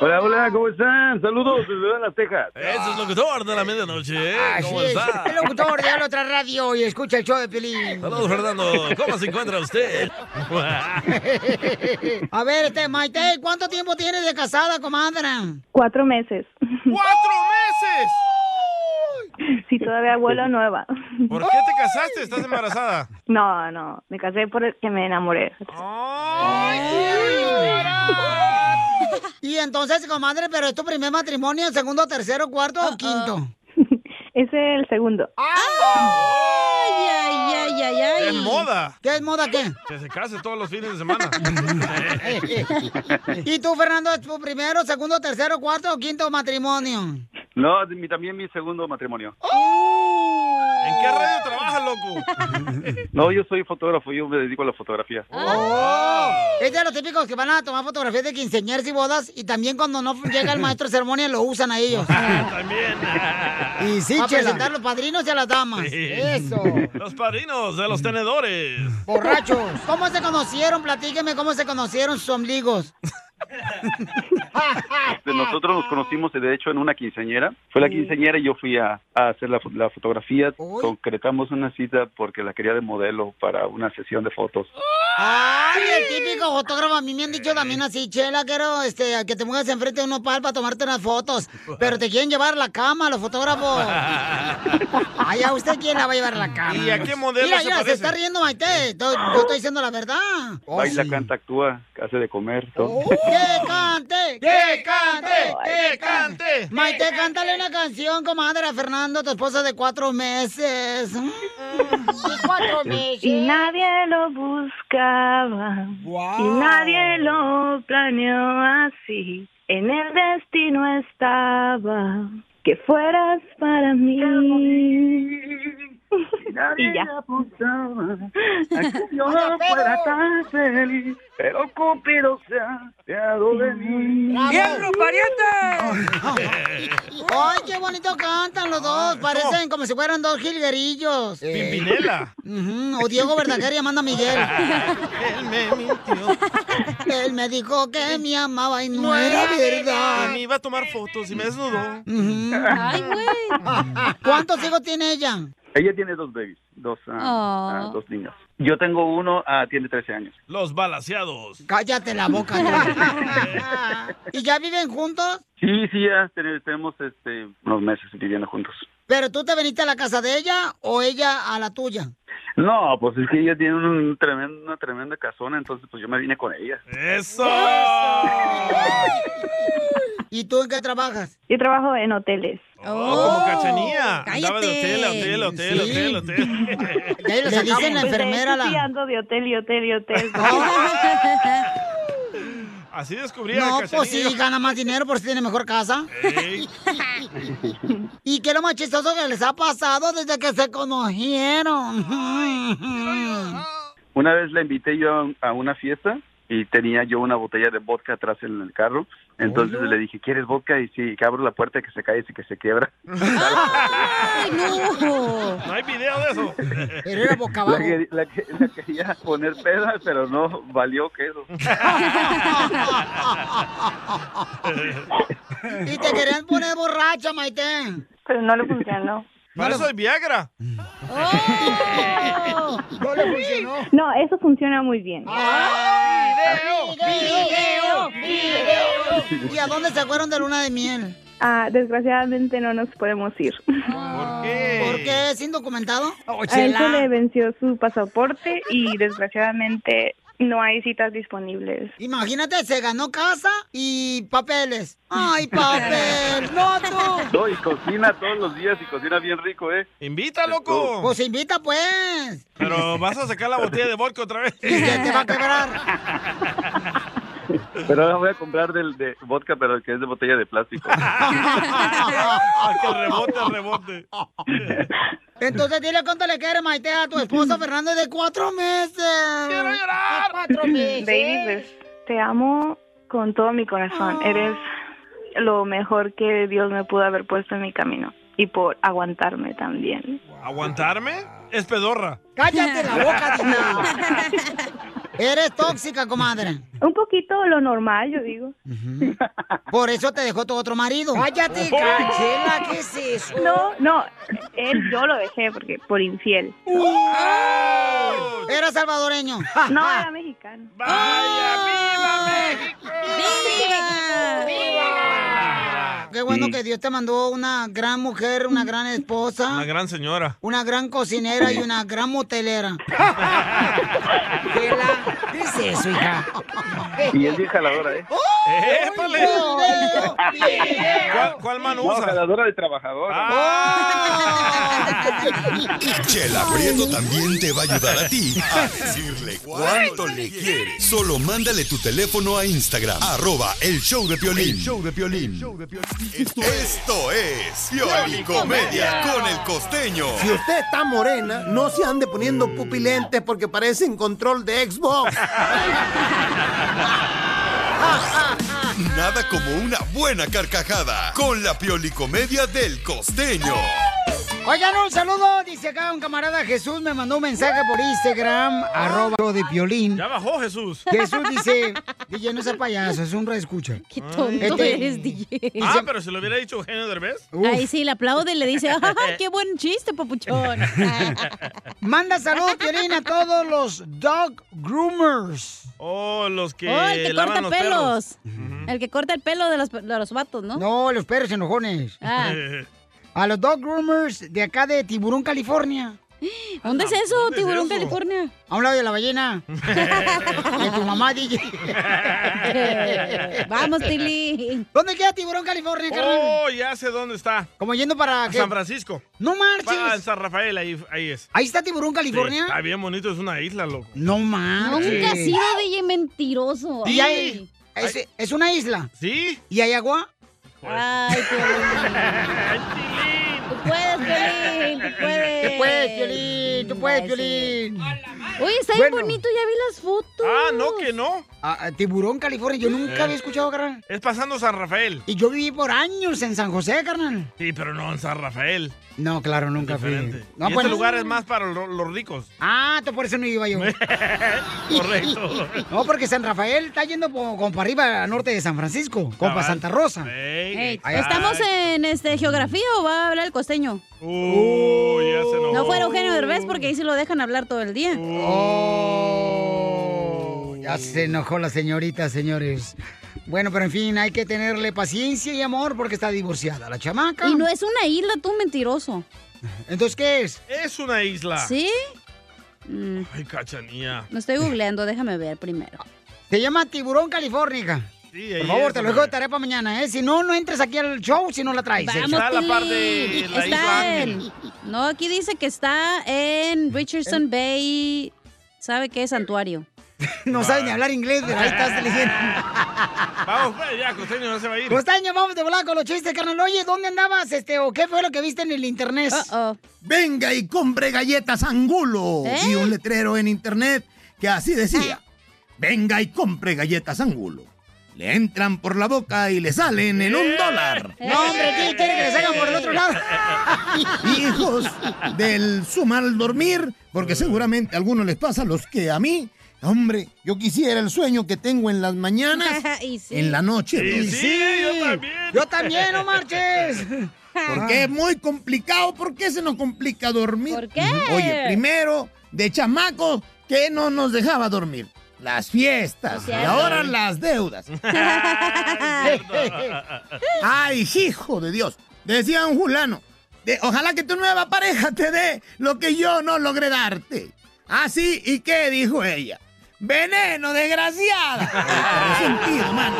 Speaker 30: Hola, hola, ¿cómo están? Saludos desde Las Texas.
Speaker 4: Eso es locutor de la medianoche. ¿eh?
Speaker 2: Así
Speaker 4: ¿Cómo
Speaker 2: es,
Speaker 4: está?
Speaker 2: el locutor de la otra radio y escucha el show de Pelín.
Speaker 4: Saludos, Fernando. ¿Cómo se encuentra usted?
Speaker 2: A ver, este, Maite, ¿cuánto tiempo tienes de casada, comadre?
Speaker 31: Cuatro meses.
Speaker 29: ¡Cuatro meses!
Speaker 31: Sí, todavía vuelo nueva.
Speaker 29: ¿Por qué te casaste? ¿Estás embarazada?
Speaker 31: No, no, me casé porque me enamoré.
Speaker 5: Oh.
Speaker 2: Y entonces, comadre, ¿pero es tu primer matrimonio, segundo, tercero, cuarto o quinto?
Speaker 31: Es el segundo.
Speaker 2: ¡Ay, ay, ay, ay, ay!
Speaker 29: Es moda.
Speaker 2: ¿Qué es moda qué?
Speaker 29: Que se case todos los fines de semana.
Speaker 2: ¿Y tú, Fernando, es tu primero, segundo, tercero, cuarto o quinto matrimonio?
Speaker 30: No, de mi- también mi segundo matrimonio.
Speaker 29: ¿En qué radio trabajas, loco?
Speaker 30: No, yo soy fotógrafo, yo me dedico a la fotografía.
Speaker 2: Oh.
Speaker 29: Oh.
Speaker 2: Es de los típicos que van a tomar fotografías de quinceañeras y bodas y también cuando no llega el maestro de ceremonia lo usan a ellos.
Speaker 4: Ah, También. Ah,
Speaker 2: Y sí, a presentar los padrinos y a las damas. Eso.
Speaker 4: Los padrinos de los tenedores.
Speaker 2: Borrachos. ¿Cómo se conocieron? Platíqueme cómo se conocieron sus ombligos.
Speaker 30: Este, Nosotros nos conocimos, de hecho, en una quinceañera. Fue la quinceañera y yo fui a, a hacer la, fo- la fotografía. Concretamos una cita porque la quería de modelo para una sesión de fotos.
Speaker 2: Ay, el típico fotógrafo. A mí me han dicho también así, Chela, quiero este, que te muevas enfrente de un nopal para tomarte unas fotos. Pero te quieren llevar a la cama los fotógrafos. Ay, ¿a usted quién la va a llevar a la cama?
Speaker 30: ¿Y a qué modelo
Speaker 2: Mira,
Speaker 30: se
Speaker 2: mira, se,
Speaker 30: parece?
Speaker 2: está riendo Maite. Yo, yo estoy diciendo la verdad. Oh,
Speaker 30: Baila, canta, actúa, hace de comer. todo.
Speaker 2: ¡Que cante! ¡Que cante! ¡Que cante! Maite, cántale una canción, comadre, a Fernando, tu esposa de cuatro meses. Mm, cuatro
Speaker 31: Y
Speaker 2: meses.
Speaker 31: nadie lo buscaba.
Speaker 2: Wow.
Speaker 31: Y nadie lo planeó así. En el destino estaba que fueras para mí. y ya.
Speaker 15: yo no fuera tan feliz, pero Cupido se ha fiado de mí.
Speaker 2: ¡Miembro, ¡Ay, qué bonito cantan los dos! Parecen como si fueran dos jilguerillos.
Speaker 29: Pimpinela.
Speaker 2: Ujú, O Diego Verdaguer y Amanda Miguel.
Speaker 29: Él me mintió.
Speaker 2: Él me dijo que me amaba y no era
Speaker 29: Que
Speaker 2: verdad.
Speaker 29: Me iba a tomar fotos y me desnudó.
Speaker 2: Ay, güey. ¿Cuántos hijos tiene ella?
Speaker 30: Ella tiene dos babies, dos, ah,
Speaker 2: Ah.
Speaker 30: ah, dos niños. Yo tengo uno, ah, tiene 13 años.
Speaker 4: Los balaseados.
Speaker 2: Cállate la boca. tú. ¿Y ya viven juntos?
Speaker 30: Sí, sí, ya ten- tenemos este, unos meses viviendo juntos.
Speaker 2: ¿Pero tú te viniste a la casa de ella o ella a la tuya?
Speaker 30: No, pues es que ella tiene un tremendo, una tremenda casona, entonces pues yo me vine con ella.
Speaker 4: ¡Eso!
Speaker 2: ¿Y tú en qué trabajas?
Speaker 31: Yo trabajo en hoteles.
Speaker 4: Oh,
Speaker 2: Oh,
Speaker 29: como Cachanía. Andaba de hotel, a hotel, a hotel, a
Speaker 31: Sí.
Speaker 29: hotel, a hotel.
Speaker 2: le sacamos. dicen la
Speaker 31: Pues de
Speaker 2: enfermera
Speaker 31: eso
Speaker 2: la-
Speaker 31: sí ando de hotel y hotel y hotel.
Speaker 29: Así descubrí a
Speaker 2: No,
Speaker 29: Cachanía.
Speaker 2: pues sí, gana más dinero por si tiene mejor casa. ¿Y qué es lo más chistoso que les ha pasado desde que se conocieron?
Speaker 30: Una vez la invité yo a un- a una fiesta y tenía yo una botella de vodka atrás en el carro, entonces le dije, ¿quieres vodka? Y sí, que abro la puerta que se cae y que se quiebra.
Speaker 15: ¡Ay, no!
Speaker 30: No hay video de eso.
Speaker 2: Pero era boca
Speaker 30: La, que- la que- la quería poner peda, pero no, valió queso.
Speaker 2: Y te querían poner borracha, Maite.
Speaker 31: pero no le funcionó.
Speaker 4: Yo soy Viagra.
Speaker 2: Oh.
Speaker 31: No le funcionó. No, eso funciona muy bien.
Speaker 2: ¡Video! ¡Video! ¿Y a dónde se fueron de luna de miel?
Speaker 31: Ah, desgraciadamente no nos podemos ir.
Speaker 2: ¿Por qué? Oh, ¿Es indocumentado?
Speaker 31: A él se le venció su pasaporte y desgraciadamente no hay citas disponibles.
Speaker 2: Imagínate, se ganó casa y papeles. ¡Ay, papel! ¡No, tú!
Speaker 16: No, y cocina todos los días y cocina bien rico, ¿eh?
Speaker 4: Invita, loco.
Speaker 2: Pues invita, pues.
Speaker 4: Pero vas a sacar la botella de vodka otra vez.
Speaker 2: te va a quebrar.
Speaker 16: Pero ahora voy a comprar del de vodka, pero el que es de botella de plástico.
Speaker 15: Ah,
Speaker 4: que rebote, rebote.
Speaker 2: Entonces dile cuánto le quiere Maite a tu esposo Fernando de cuatro meses. ¡Quiero llorar! Cuatro meses.
Speaker 31: Baby, pues, te amo con todo mi corazón. Eres lo mejor que Dios me pudo haber puesto en mi camino y por aguantarme también.
Speaker 4: ¿Aguantarme? Es pedorra.
Speaker 2: ¡Cállate la boca, Dina! Eres tóxica, comadre.
Speaker 31: Un poquito lo normal, yo digo.
Speaker 2: Por eso te dejó tu otro marido. ¡Cállate,
Speaker 31: Oh.
Speaker 2: Cachela! ¿Qué es eso?
Speaker 31: No, no, él, yo lo dejé porque por infiel.
Speaker 2: Era salvadoreño.
Speaker 31: No, era mexicano.
Speaker 2: ¡Vaya, viva México! ¡Viva! Qué bueno
Speaker 4: Sí.
Speaker 2: que Dios te mandó una gran mujer, una gran esposa,
Speaker 4: Una gran señora.
Speaker 2: una gran cocinera y una gran motelera. ¿Qué es eso, hija?
Speaker 16: Y es bien jaladora,
Speaker 2: ¡Oh!
Speaker 16: ¿eh?
Speaker 4: ¡Épale!
Speaker 2: Video,
Speaker 4: ¿Cuál, cuál mano
Speaker 16: No,
Speaker 4: usas?
Speaker 16: jaladora de trabajador.
Speaker 4: Ah,
Speaker 15: Ah.
Speaker 6: Chela Prieto también te va a ayudar a ti a decirle cuánto le quiere. Solo mándale tu teléfono a Instagram, arroba el show de Piolín.
Speaker 32: El
Speaker 6: show de Esto es Piolín Comedia con el costeño.
Speaker 14: Si usted está morena, no se ande poniendo pupilentes porque parecen control de Xbox.
Speaker 6: Nada como una buena carcajada con la piolicomedia del costeño.
Speaker 2: Oigan, un saludo. Dice acá un camarada Jesús me mandó un mensaje por Instagram, arroba lo de violín.
Speaker 4: Ya bajó Jesús.
Speaker 2: Jesús dice, DJ no sea payaso, es un reescucha. Este, Qué
Speaker 5: tonto eres, DJ.
Speaker 4: Ah, pero se lo hubiera dicho Eugenio Derbez.
Speaker 5: Ahí sí, le aplaude y le dice, ¡ay, qué buen chiste, papuchón!
Speaker 2: Manda saludos, Piolín, a todos los dog groomers.
Speaker 4: Oh, los que,
Speaker 5: ¡Oh, el que corta
Speaker 4: lavan los
Speaker 5: pelos! El que corta el pelo de los, de los vatos, ¿no?
Speaker 2: No, los perros enojones.
Speaker 5: Ah.
Speaker 2: A los dog groomers de acá de Tiburón, California.
Speaker 5: Ah, ¿Dónde es eso, ¿Dónde es Tiburón, eso? California?
Speaker 2: A un lado de la ballena. de tu mamá, DJ.
Speaker 5: Vamos, Tilly.
Speaker 2: ¿Dónde queda Tiburón, California, carnal?
Speaker 4: Oh, ya sé dónde está.
Speaker 2: Como yendo para... qué?
Speaker 4: San Francisco.
Speaker 2: ¡No marches!
Speaker 4: Ah, en San Rafael, ahí, ahí es.
Speaker 2: ¿Ahí está Tiburón,
Speaker 4: Sí,
Speaker 2: California?
Speaker 4: está bien bonito, es una isla, loco.
Speaker 2: No marches.
Speaker 5: Nunca ha sido DJ mentiroso.
Speaker 2: Ah, ¿Y
Speaker 5: Ay. Pues.
Speaker 2: ahí? ¿Es, es una isla?
Speaker 4: ¿Sí?
Speaker 2: ¿Y hay agua?
Speaker 5: Ay, Piolín. Tú puedes, Piolín, tú puedes.
Speaker 2: Tú puedes, Piolín, tú puedes, Piolín.
Speaker 5: Oye, está bien bonito, ya vi las fotos.
Speaker 4: Ah, no, que no.
Speaker 2: A- a Ah, Tiburón, California, yo nunca
Speaker 4: Eh.
Speaker 2: había escuchado, carnal.
Speaker 4: Es pasando San Rafael.
Speaker 2: Y yo viví por años en San José, carnal.
Speaker 4: Sí, pero no en San Rafael.
Speaker 2: No, claro, nunca fui.
Speaker 4: Diferente.
Speaker 2: No,
Speaker 4: y
Speaker 2: pues-
Speaker 4: este lugar es más para lo- los ricos.
Speaker 2: Ah, tú por eso no iba yo.
Speaker 4: Correcto.
Speaker 2: No, porque San Rafael está yendo po- como para arriba, al norte de San Francisco, como para
Speaker 4: Cabal.
Speaker 2: Santa Rosa.
Speaker 5: Ey,
Speaker 2: Ahí está.
Speaker 5: ¿Estamos en este geografía o va a hablar el costeño?
Speaker 4: Uh, ya se enojó.
Speaker 5: No fuera Eugenio Derbez porque ahí sí lo dejan hablar todo el día.
Speaker 2: Ya se enojó la señorita, señores. Bueno, pero en fin, hay que tenerle paciencia y amor porque está divorciada la chamaca.
Speaker 5: Y no es una isla, tú mentiroso.
Speaker 2: Entonces, ¿qué es?
Speaker 4: Es una isla.
Speaker 5: Ah. ¿Sí? Mm.
Speaker 4: Ay, cachanía.
Speaker 5: No estoy googleando, déjame ver primero.
Speaker 2: Se llama Tiburón California.
Speaker 4: Sí, ahí
Speaker 2: Por favor,
Speaker 4: es,
Speaker 2: te lo dejo de tarea para mañana, ¿eh? Si no, no entres aquí al show si no la traes. ¿eh?
Speaker 5: Vamos, Pili. está en... No, aquí dice que está en Richardson Bay, ¿sabe qué? Santuario.
Speaker 2: No sabe ni hablar inglés, pero ahí estás leyendo.
Speaker 4: Vamos, pues, ya, costeño no se va a ir.
Speaker 2: Costaño, vamos de volar con los chistes, carnal. Oye, ¿dónde andabas, este, o qué fue lo que viste en el internet?
Speaker 14: Venga y compre galletas Angulo.
Speaker 2: ¿Eh?
Speaker 14: Vi un letrero en internet que así decía.
Speaker 2: Ah.
Speaker 14: Venga y compre galletas Angulo. Le entran por la boca y le salen en un dólar.
Speaker 2: No, hombre, ¿quién quiere que le salgan por el otro lado?
Speaker 14: Hijos del su mal dormir, porque seguramente a algunos les pasa los que a mí. Hombre, yo quisiera el sueño que tengo en las mañanas,
Speaker 5: Y sí.
Speaker 14: en la noche. Pues
Speaker 2: Y
Speaker 14: ¿no?
Speaker 2: sí, yo también. Yo también, no marches.
Speaker 14: Porque es muy complicado. ¿Por qué se nos complica dormir? ¿Por
Speaker 5: qué?
Speaker 14: Oye, primero, de chamaco, que no nos dejaba dormir? Las fiestas. Y
Speaker 15: Cierto.
Speaker 14: ahora las deudas. Ay, hijo de Dios. Decía un fulano, de- ojalá que tu nueva pareja te dé lo que yo no logré darte. Así, ¿y qué dijo ella? Veneno, desgraciada. Resentido, mano.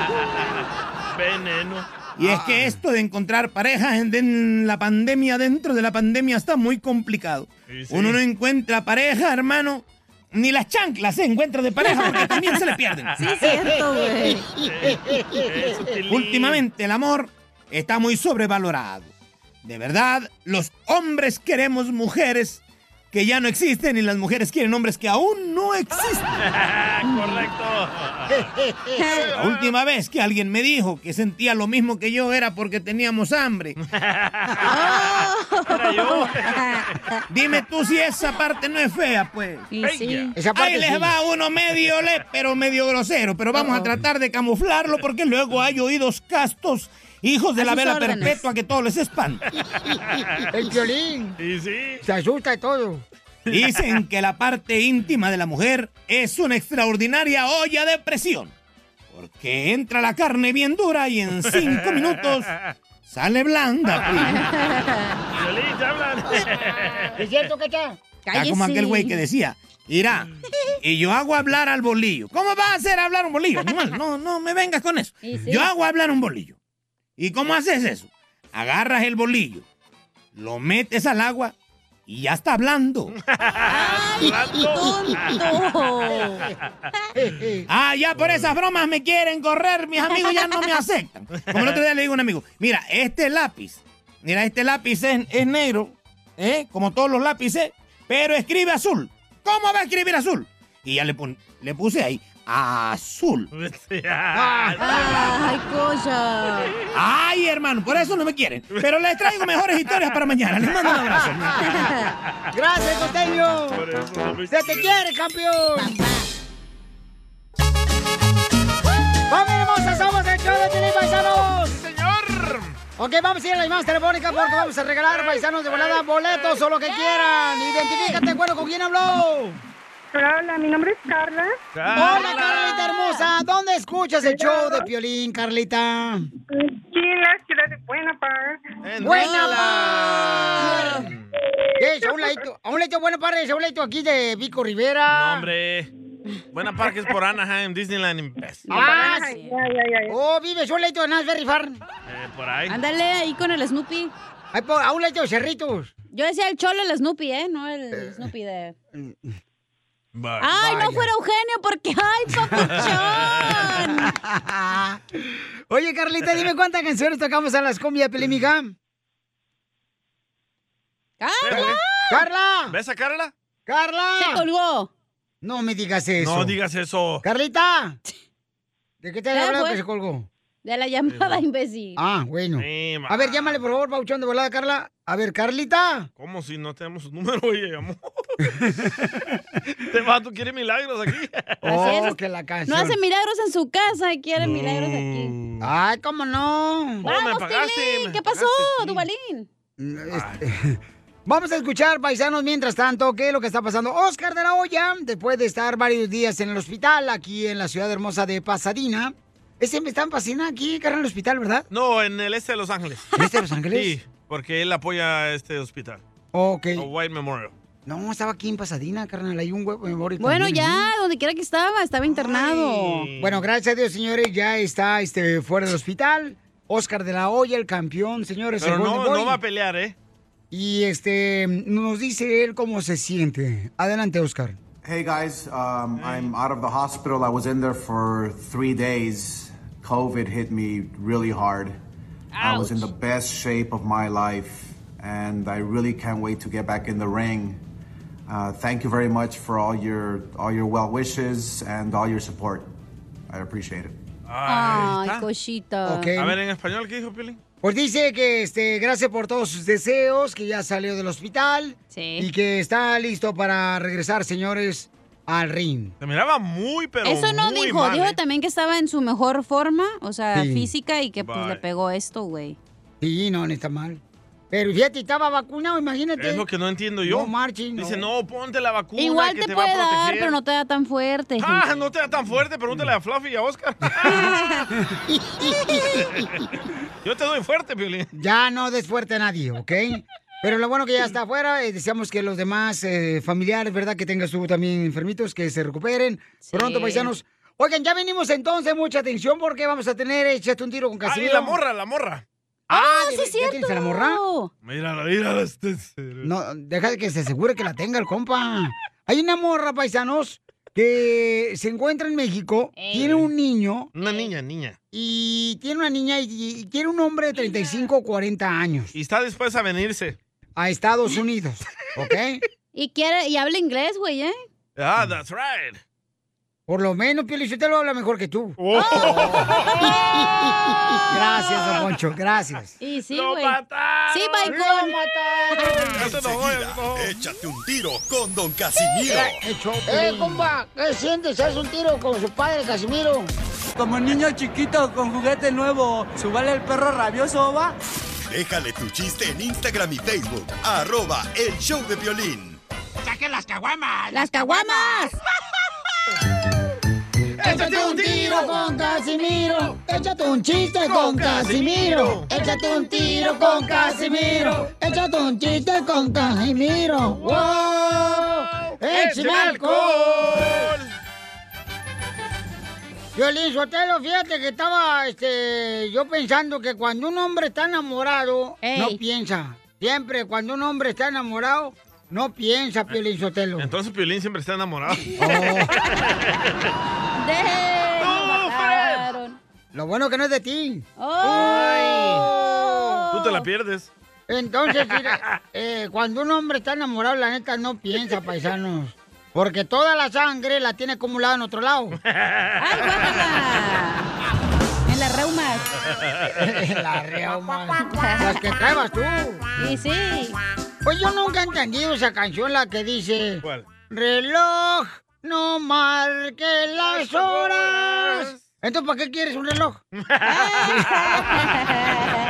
Speaker 33: Veneno.
Speaker 14: Y es
Speaker 15: Ah.
Speaker 14: que esto de encontrar parejas en, en la pandemia, dentro de la pandemia, está muy complicado.
Speaker 15: Sí, sí.
Speaker 14: Uno no encuentra pareja, hermano. Ni las chanclas se encuentran de pareja porque también se le pierden.
Speaker 15: Sí, cierto, güey. Eso, Piolín.
Speaker 14: Últimamente el amor está muy sobrevalorado. De verdad, los hombres queremos mujeres que ya no existen y las mujeres quieren hombres que aún no existen. La
Speaker 33: Correcto.
Speaker 14: última vez que alguien me dijo que sentía lo mismo que yo era porque teníamos hambre. Dime tú si esa parte no es fea, pues.
Speaker 15: Y sí. Esa parte
Speaker 14: Ahí les
Speaker 15: sí.
Speaker 14: va uno medio le, pero medio grosero. Pero vamos a tratar de camuflarlo porque luego hay oídos castos, hijos de
Speaker 2: A
Speaker 14: la
Speaker 2: sus
Speaker 14: vela
Speaker 2: órdenes.
Speaker 14: perpetua que todo les espanta.
Speaker 2: El violín.
Speaker 33: Y sí.
Speaker 2: Se asusta de todo.
Speaker 14: Dicen que la parte íntima de la mujer es una extraordinaria olla de presión. Porque entra la carne bien dura y en cinco minutos sale blanda. pues. primo.
Speaker 33: Violín, te hablan.
Speaker 2: ¿Es cierto, Cacha?
Speaker 14: Está como aquel güey que decía, irá,
Speaker 15: Mm.
Speaker 14: y yo hago hablar al bolillo. ¿Cómo va a hacer hablar un bolillo? Animal, no, no me vengas con eso.
Speaker 15: Y sí.
Speaker 14: Yo hago hablar un bolillo. ¿Y cómo haces eso? Agarras el bolillo, lo metes al agua y ya está hablando. Ah, ya por esas bromas me quieren correr, mis amigos ya no me aceptan. Como el otro día le digo a un amigo, mira, este lápiz, mira, este lápiz es, es negro, ¿eh? como todos los lápices, pero escribe azul. ¿Cómo va a escribir azul? Y ya le, pon- le puse ahí, azul.
Speaker 5: Ay, cosa.
Speaker 14: Ay, hermano, por eso no me quieren. Pero les traigo mejores historias para mañana. Les mando un abrazo.
Speaker 2: Gracias, Costeño. Se te quiere, campeón. ¡Vamos, hermosa! ¡Somos el show de Piolín, Paisanos! ¡Señor! Ok, vamos a ir a las llamadas telefónicas porque vamos a regalar, paisanos de volada, boletos o lo que quieran. Identifícate, bueno, ¿con quién habló?
Speaker 3: Hola, mi nombre es Carla.
Speaker 2: Hola, Carlita hermosa. ¿Dónde escuchas el show de Piolín, Carlita?
Speaker 3: Aquí en la ciudad de Buena Par.
Speaker 2: ¡Buena par! ¿Qué es? A un ladito, a un ladito, bueno, par, es a un ladito aquí de Vico Rivera.
Speaker 33: No, hombre. Buena Park es por Anaheim, Disneyland, imbécil.
Speaker 2: ¡Ah! sí. ¡Oh, vives a un ladito de Nasberry Farm!
Speaker 33: Eh, por ahí.
Speaker 5: Ándale ahí con el Snoopy.
Speaker 2: Ay, por, a un ladito de Cerritos.
Speaker 5: Yo decía el cholo, el Snoopy, ¿eh? No el Snoopy de...
Speaker 33: Bye.
Speaker 2: Ah,
Speaker 5: ¡Ay, no fuera Eugenio porque... ¡Ay, Ah.
Speaker 2: papuchón! Oye, Carlita, dime cuántas canciones tocamos a las cumbias de Piolín, mija.
Speaker 5: ¡Carla!
Speaker 2: ¡Carla!
Speaker 33: ¿Ves a Carla?
Speaker 2: ¡Carla!
Speaker 5: Ah. Se colgó.
Speaker 2: No me digas eso.
Speaker 33: No digas eso.
Speaker 2: ¡Carlita! ¿De qué te
Speaker 5: Ya
Speaker 2: había hablado
Speaker 5: fue.
Speaker 2: que se colgó?
Speaker 5: De la llamada, imbécil.
Speaker 2: Ah, bueno. A ver, llámale, por favor, Pauchón, de volada, Carla. A ver, Carlita.
Speaker 33: ¿Cómo si no tenemos su número? Oye, llamó. Te va, tú quieres milagros aquí.
Speaker 2: Oh, que la canción.
Speaker 5: No hace milagros en su casa y quiere milagros aquí.
Speaker 2: Mm. Ay, cómo
Speaker 33: Oh,
Speaker 2: no.
Speaker 5: ¡Vamos, Tilín! ¿Qué pasó, Dubalín?
Speaker 2: Vamos a escuchar, paisanos, mientras tanto, qué es lo que está pasando. Oscar de la Hoya, después de estar varios días en el hospital, aquí en la ciudad hermosa de Pasadena. Ese me está en Pasadena, aquí, cara, en el hospital, ¿verdad?
Speaker 33: No, en el este de Los Ángeles.
Speaker 2: ¿En este de Los Ángeles?
Speaker 33: Sí, porque él apoya a este hospital.
Speaker 2: Ok.
Speaker 33: O White Memorial.
Speaker 2: No, estaba aquí en Pasadena, carnal. Hay un huevo en Boris
Speaker 5: Bueno,
Speaker 2: también, ¿no?
Speaker 5: ya, donde quiera que estaba, estaba internado.
Speaker 2: Bueno, gracias a Dios, señores, ya está este, fuera del hospital. Oscar de la Hoya, el campeón, señores.
Speaker 33: Pero
Speaker 2: el Golden
Speaker 33: no,
Speaker 2: Boy.
Speaker 33: no va a pelear, ¿eh?
Speaker 2: Y este, nos dice él cómo se siente. Adelante, Oscar.
Speaker 7: Hey guys, um, I'm out of the hospital. I was in there for three days. COVID hit me really hard. I was in the best shape of my life, and I really can't wait to get back in the ring. Uh, thank you very much for all your all your well wishes and all your support. I appreciate it.
Speaker 5: Ay, cosita.
Speaker 2: Ok.
Speaker 33: A ver, en español, ¿qué dijo Pili?
Speaker 2: Pues dice que este, gracias por todos sus deseos, que ya salió del hospital y que está listo para regresar, señores, al ring.
Speaker 33: Se miraba muy, pero
Speaker 5: Eso no
Speaker 33: muy
Speaker 5: dijo,
Speaker 33: mal,
Speaker 5: dijo
Speaker 33: ¿eh?
Speaker 5: también que estaba en su mejor forma, o sea,
Speaker 2: Sí.
Speaker 5: física, y que pues
Speaker 2: Bye.
Speaker 5: le pegó esto, güey.
Speaker 2: Sí, no, no está mal. Pero fíjate, estaba vacunado, imagínate.
Speaker 33: Es lo que no entiendo yo.
Speaker 2: No marchen, no.
Speaker 33: Dice, no, ponte la vacuna.
Speaker 5: Igual
Speaker 33: que
Speaker 5: te,
Speaker 33: te va a
Speaker 5: puede dar,
Speaker 33: proteger".
Speaker 5: pero no te da tan fuerte.
Speaker 33: Ah, no te da tan fuerte, pregúntale a Fluffy y a Oscar. Yo te doy fuerte, Piolín.
Speaker 2: Ya no des fuerte a nadie, ¿ok? Pero lo bueno que ya está afuera, eh, deseamos que los demás eh, familiares, ¿verdad? Que tengas tú también enfermitos, que se recuperen. Pronto, paisanos. Oigan, ya venimos entonces, mucha atención, porque vamos a tener, échate un tiro con
Speaker 33: Ah, y
Speaker 2: Casimiro.
Speaker 33: la morra, la morra.
Speaker 2: Ah, sí, es cierto. tienes a la morra?
Speaker 33: Mírala, mírala. Este...
Speaker 2: No, deja que se asegure que la tenga el compa. Hay una morra, paisanos, que se encuentra en México, tiene un niño.
Speaker 33: Una niña, niña.
Speaker 2: Y tiene una niña y, y tiene un hombre de 35 o 40 años
Speaker 33: Y está dispuesta a venirse.
Speaker 2: a Estados Unidos, ¿ok?
Speaker 5: Y quiere, y habla inglés, güey, ¿eh?
Speaker 33: Ah, that's right.
Speaker 2: Por lo menos, Pio lo habla mejor que tú.
Speaker 33: Oh.
Speaker 2: gracias, don Poncho, gracias.
Speaker 5: Y sí, güey. Sí, Michael.
Speaker 6: Enseguida, échate un tiro con Don Casimiro.
Speaker 2: Eh, compa, ¿qué sientes? ¿Haz un tiro con su padre, Casimiro?
Speaker 10: Como niño chiquito con juguete nuevo, subale el perro rabioso, va.
Speaker 6: Déjale tu chiste en Instagram y Facebook. Arroba el show de violín.
Speaker 10: Saque las caguamas.
Speaker 5: ¡Las caguamas!
Speaker 2: Échate un tiro con Casimiro. Échate un chiste con Casimiro. Échate un tiro con Casimiro. Échate un chiste con Casimiro. ¡Wow! ¡Échame
Speaker 15: ¡Échame
Speaker 2: alcohol! Violín Sotelo, fíjate que estaba este, yo pensando que cuando un hombre está enamorado, no piensa. Siempre, cuando un hombre está enamorado, no piensa, Piolín Sotelo.
Speaker 33: Entonces Piolín siempre está enamorado.
Speaker 2: Lo bueno que no es de ti.
Speaker 5: ¡Oh!
Speaker 33: Tú te la pierdes.
Speaker 2: Entonces, mira, eh, cuando un hombre está enamorado, la neta no piensa, paisanos. Porque toda la sangre la tiene acumulada en otro lado.
Speaker 5: En las reumas.
Speaker 2: la reuma. Las que traebas tú.
Speaker 5: Y sí.
Speaker 2: Pues yo nunca he entendido esa canción, la que dice... Reloj, no marque las horas. Entonces, ¿para qué quieres un reloj?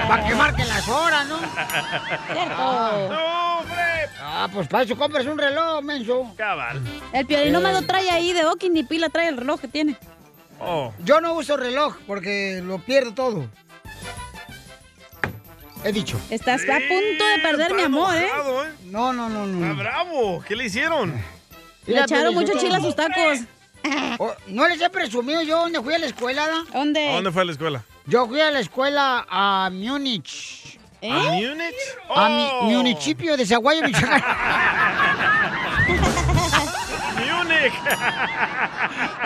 Speaker 2: Para que marque las horas, ¿no?
Speaker 15: ¡No, hombre!
Speaker 2: Ah, pues para eso compras un reloj, menso.
Speaker 33: Cabal.
Speaker 5: El Piolín no me lo trae ahí de Oki ni pila trae el reloj que tiene.
Speaker 33: Oh.
Speaker 2: Yo no uso reloj porque lo pierdo todo. He dicho.
Speaker 5: Estás a punto de perder mi amor, ¿eh?
Speaker 2: No, no, no, no. pues,
Speaker 33: Está bravo. Oh, ¿Qué le hicieron?
Speaker 5: Le echaron mucho chile a sus tacos.
Speaker 2: Oh, no les he presumido yo dónde fui a la escuela, ¿da?
Speaker 5: ¿Dónde?
Speaker 33: ¿A dónde fue a la escuela?
Speaker 2: Yo fui a la escuela a Múnich.
Speaker 5: ¿Eh?
Speaker 33: ¿A Múnich? Oh.
Speaker 2: A mi, mi municipio de Zaguayo, Michoacán.
Speaker 33: ¡Munich!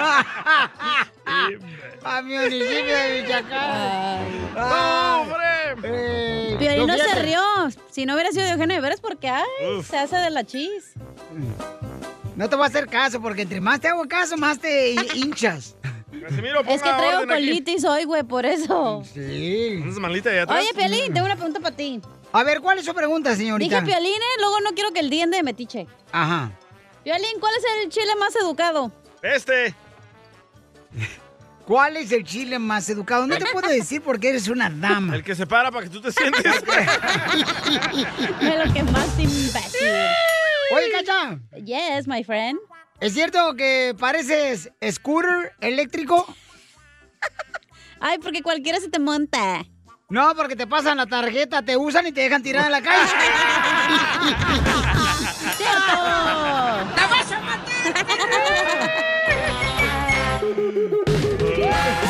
Speaker 2: a mi municipio de Michoacán. ¡Pobre!
Speaker 5: Piolín no se rió. Si no hubiera sido de Eugenio de Veras, porque ay,
Speaker 2: Uf.
Speaker 5: se hace de la chis.
Speaker 2: No te voy a hacer caso porque entre más te hago caso, más te hi- hinchas.
Speaker 5: Es que traigo colitis hoy, güey, por eso.
Speaker 2: Sí.
Speaker 33: ¿Andas malita allá atrás?
Speaker 5: Oye, Piolín, tengo una pregunta para ti.
Speaker 2: A ver, ¿cuál es su pregunta, señorita?
Speaker 5: Dije Piolín, ¿eh? luego no quiero que el día ande de metiche.
Speaker 2: Ajá.
Speaker 5: Piolín, ¿cuál es el chile más educado?
Speaker 33: Este.
Speaker 2: ¿Cuál es el chile más educado? No te puedo decir porque eres una dama.
Speaker 33: El que se para para que tú te sientes.
Speaker 5: Me lo que más imbécil.
Speaker 2: Oye, Cacha.
Speaker 5: Yes, my friend.
Speaker 2: ¿Es cierto que pareces scooter eléctrico?
Speaker 5: Ay, porque cualquiera se te monta.
Speaker 2: No, porque te pasan la tarjeta, te usan y te dejan tirada en la calle.
Speaker 5: ¡Cierto!
Speaker 15: ¡La vas a matar!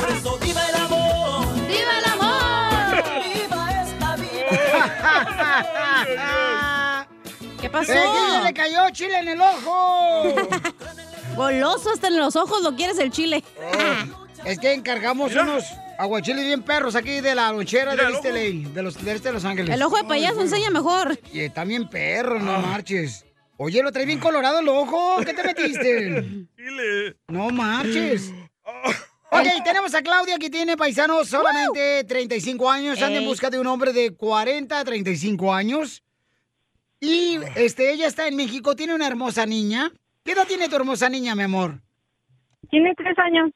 Speaker 15: Por eso, viva el amor.
Speaker 5: ¡Viva el amor!
Speaker 15: ¡Viva esta
Speaker 5: ¿Qué pasó?
Speaker 2: ¡El chile le cayó chile en el ojo!
Speaker 5: Goloso hasta en los ojos lo quieres el chile.
Speaker 2: Oh, es que encargamos unos aguachiles bien perros aquí de la lonchera
Speaker 5: Mira
Speaker 2: de
Speaker 5: el ojo.
Speaker 2: East LA, de los de este Los Ángeles.
Speaker 5: El ojo de payaso enseña mejor. Ah.
Speaker 2: Y está bien perro, no marches. Oye, lo traes bien colorado el ojo. Oh, ¿Qué te metiste? No marches. Ok, tenemos a Claudia que tiene paisanos solamente 35 años. Anda en
Speaker 5: Ey.
Speaker 2: busca de un hombre de 40 a 35 años. Y este, ella está en México, tiene una hermosa niña. ¿Qué edad tiene tu hermosa niña, mi amor?
Speaker 31: Tiene tres años.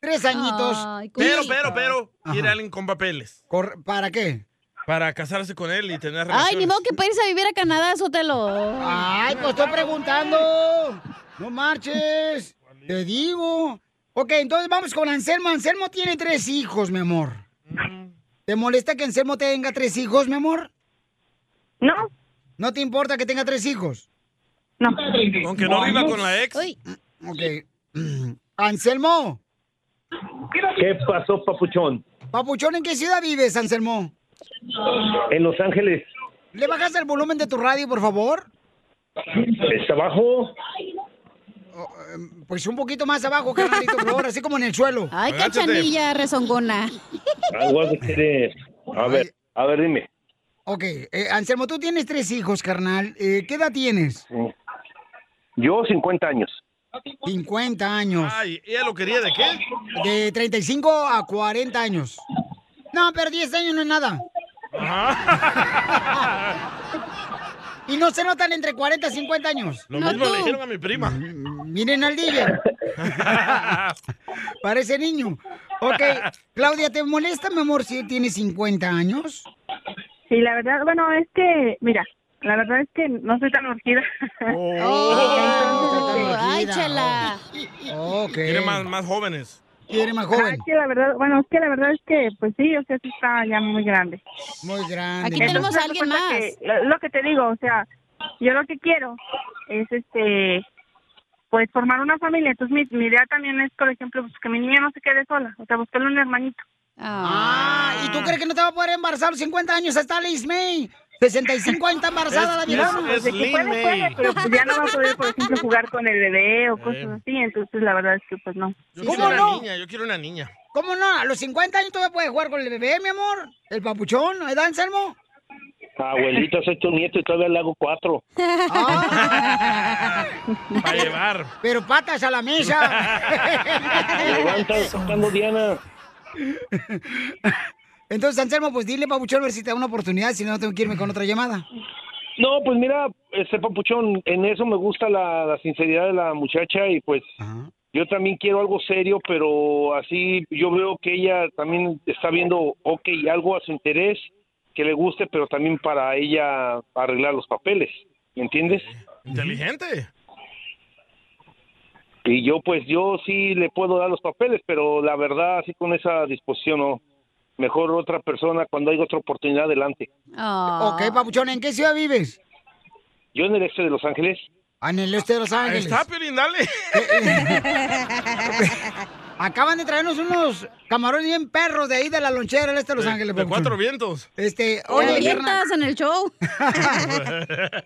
Speaker 2: Tres añitos.
Speaker 33: Pero, pero, pero. Quiere alguien con papeles.
Speaker 2: Cor- ¿Para qué?
Speaker 4: Para casarse con él y tener relaciones.
Speaker 5: Ay, ni modo que para irse a vivir a Canadá, Sotelo.
Speaker 2: Ay, pues estoy preguntando. No marches. Te digo. Ok, entonces vamos con Anselmo. Anselmo tiene tres hijos, mi amor. ¿Te molesta que Anselmo tenga tres hijos, mi amor?
Speaker 3: No.
Speaker 2: ¿No te importa que tenga tres hijos?
Speaker 3: No.
Speaker 4: Aunque no viva con la ex.
Speaker 2: Ok. Anselmo.
Speaker 34: ¿Qué pasó, papuchón?
Speaker 2: Papuchón, ¿en qué ciudad vives, Anselmo?
Speaker 34: En Los Ángeles.
Speaker 2: ¿Le bajas el volumen de tu radio, por favor?
Speaker 34: ¿Está abajo?
Speaker 2: Pues un poquito más abajo, carnalito, por favor, así como en el suelo.
Speaker 5: Ay, cachanilla, rezongona.
Speaker 34: Algo así que- A ver, a ver, dime.
Speaker 2: Ok, eh, Anselmo, tú tienes tres hijos, carnal. Eh, ¿Qué edad tienes?
Speaker 34: Yo, 50 años.
Speaker 2: 50 años.
Speaker 4: Ay, ¿ella lo quería de qué?
Speaker 2: De 35 a 40 años. No, pero 10 años no es nada. y no se notan entre 40 y 50 años.
Speaker 4: Lo mismo le dijeron a mi prima.
Speaker 2: Miren al DJ. Parece niño. Ok, Claudia, ¿te molesta, mi amor, si tienes 50 años?
Speaker 3: Sí, la verdad, bueno, es que, mira, la verdad es que no soy tan urgida.
Speaker 2: Oh,
Speaker 5: ay, chela.
Speaker 2: Ok.
Speaker 4: Oh. Quiere más, más jóvenes.
Speaker 2: Quiere más
Speaker 3: joven. que la verdad, bueno, es que la verdad es que, pues sí, o sea, sí está ya muy grande.
Speaker 2: Muy grande.
Speaker 5: Aquí tenemos a alguien más.
Speaker 3: lo, lo que te digo, o sea, yo lo que quiero es, este, pues formar una familia. Entonces mi, mi idea también es, por ejemplo, pues, que mi niña no se quede sola, o sea, buscarle un hermanito.
Speaker 2: Ah, ¿y tú crees que no te va a poder embarazar a los 50 años? Está Liz May. 65 años está embarazada la vieja.
Speaker 3: No, pues, de que puede, puede, pero pues ya no va a poder, por ejemplo, jugar con el bebé o
Speaker 2: Eh.
Speaker 3: cosas así. Entonces, la verdad es que, pues no.
Speaker 4: Yo
Speaker 2: ¿Cómo
Speaker 4: quiero una
Speaker 2: no?
Speaker 4: niña, yo quiero una niña.
Speaker 2: ¿Cómo no? A los 50 años todavía puedes jugar con el bebé, mi amor. El papuchón, ¿eh, ¿no? ¿verdad, Anselmo?
Speaker 34: Abuelito, soy tu nieto y todavía le hago cuatro.
Speaker 2: Para
Speaker 4: llevar.
Speaker 2: Ah, Pero patas a la mesa.
Speaker 34: Levanta, sacando Diana.
Speaker 2: Entonces, Anselmo, pues dile, papuchón, a ver si te da una oportunidad. Si no, tengo que irme con otra llamada.
Speaker 34: No, pues mira, este papuchón, en eso me gusta la, la sinceridad de la muchacha y pues yo también quiero algo serio, pero así yo veo que ella también está viendo, ok, algo a su interés que le guste, pero también para ella arreglar los papeles, ¿me entiendes?
Speaker 4: Inteligente.
Speaker 34: Y yo pues yo sí le puedo dar los papeles, pero la verdad así con esa disposición no. Mejor otra persona cuando hay otra oportunidad adelante.
Speaker 5: Ah.
Speaker 2: Ok, papuchón, ¿en qué ciudad vives?
Speaker 34: Yo en el este de Los Ángeles.
Speaker 2: Ah, en el este de Los Ángeles.
Speaker 4: Está, Piolín, dale.
Speaker 2: Acaban de traernos unos camarones bien perros de ahí de la lonchera del este de Los Ángeles.
Speaker 4: De
Speaker 2: papuchón.
Speaker 4: cuatro vientos.
Speaker 2: Este,
Speaker 5: Oye,
Speaker 2: oye, carnal,
Speaker 5: en el show.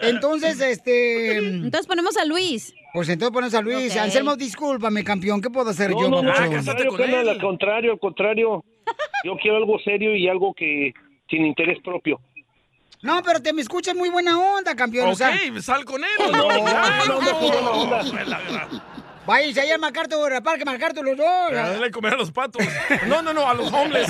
Speaker 2: entonces, este... Entonces
Speaker 5: ponemos a Luis.
Speaker 2: Pues entonces pones a Luis.
Speaker 5: Ok.
Speaker 2: Anselmo, discúlpame, campeón, ¿qué puedo hacer
Speaker 34: No,
Speaker 2: yo,
Speaker 34: no, no, al
Speaker 2: papuchón?
Speaker 34: contrario, carnal, al contrario, al contrario. Yo quiero algo serio y algo que sin interés propio.
Speaker 2: No, pero te me escuchas muy buena onda, campeón. o
Speaker 4: Ok, pues,
Speaker 2: sea,
Speaker 4: sal con él.
Speaker 2: No,
Speaker 4: Ya,
Speaker 2: no, no, no,
Speaker 4: no.
Speaker 2: no, no.
Speaker 4: Pues, la verdad.
Speaker 2: váyanse ahí a MacArthur, al parque MacArthur los dos.
Speaker 4: Para darle de comer a los patos. No, no, no, a los hombres.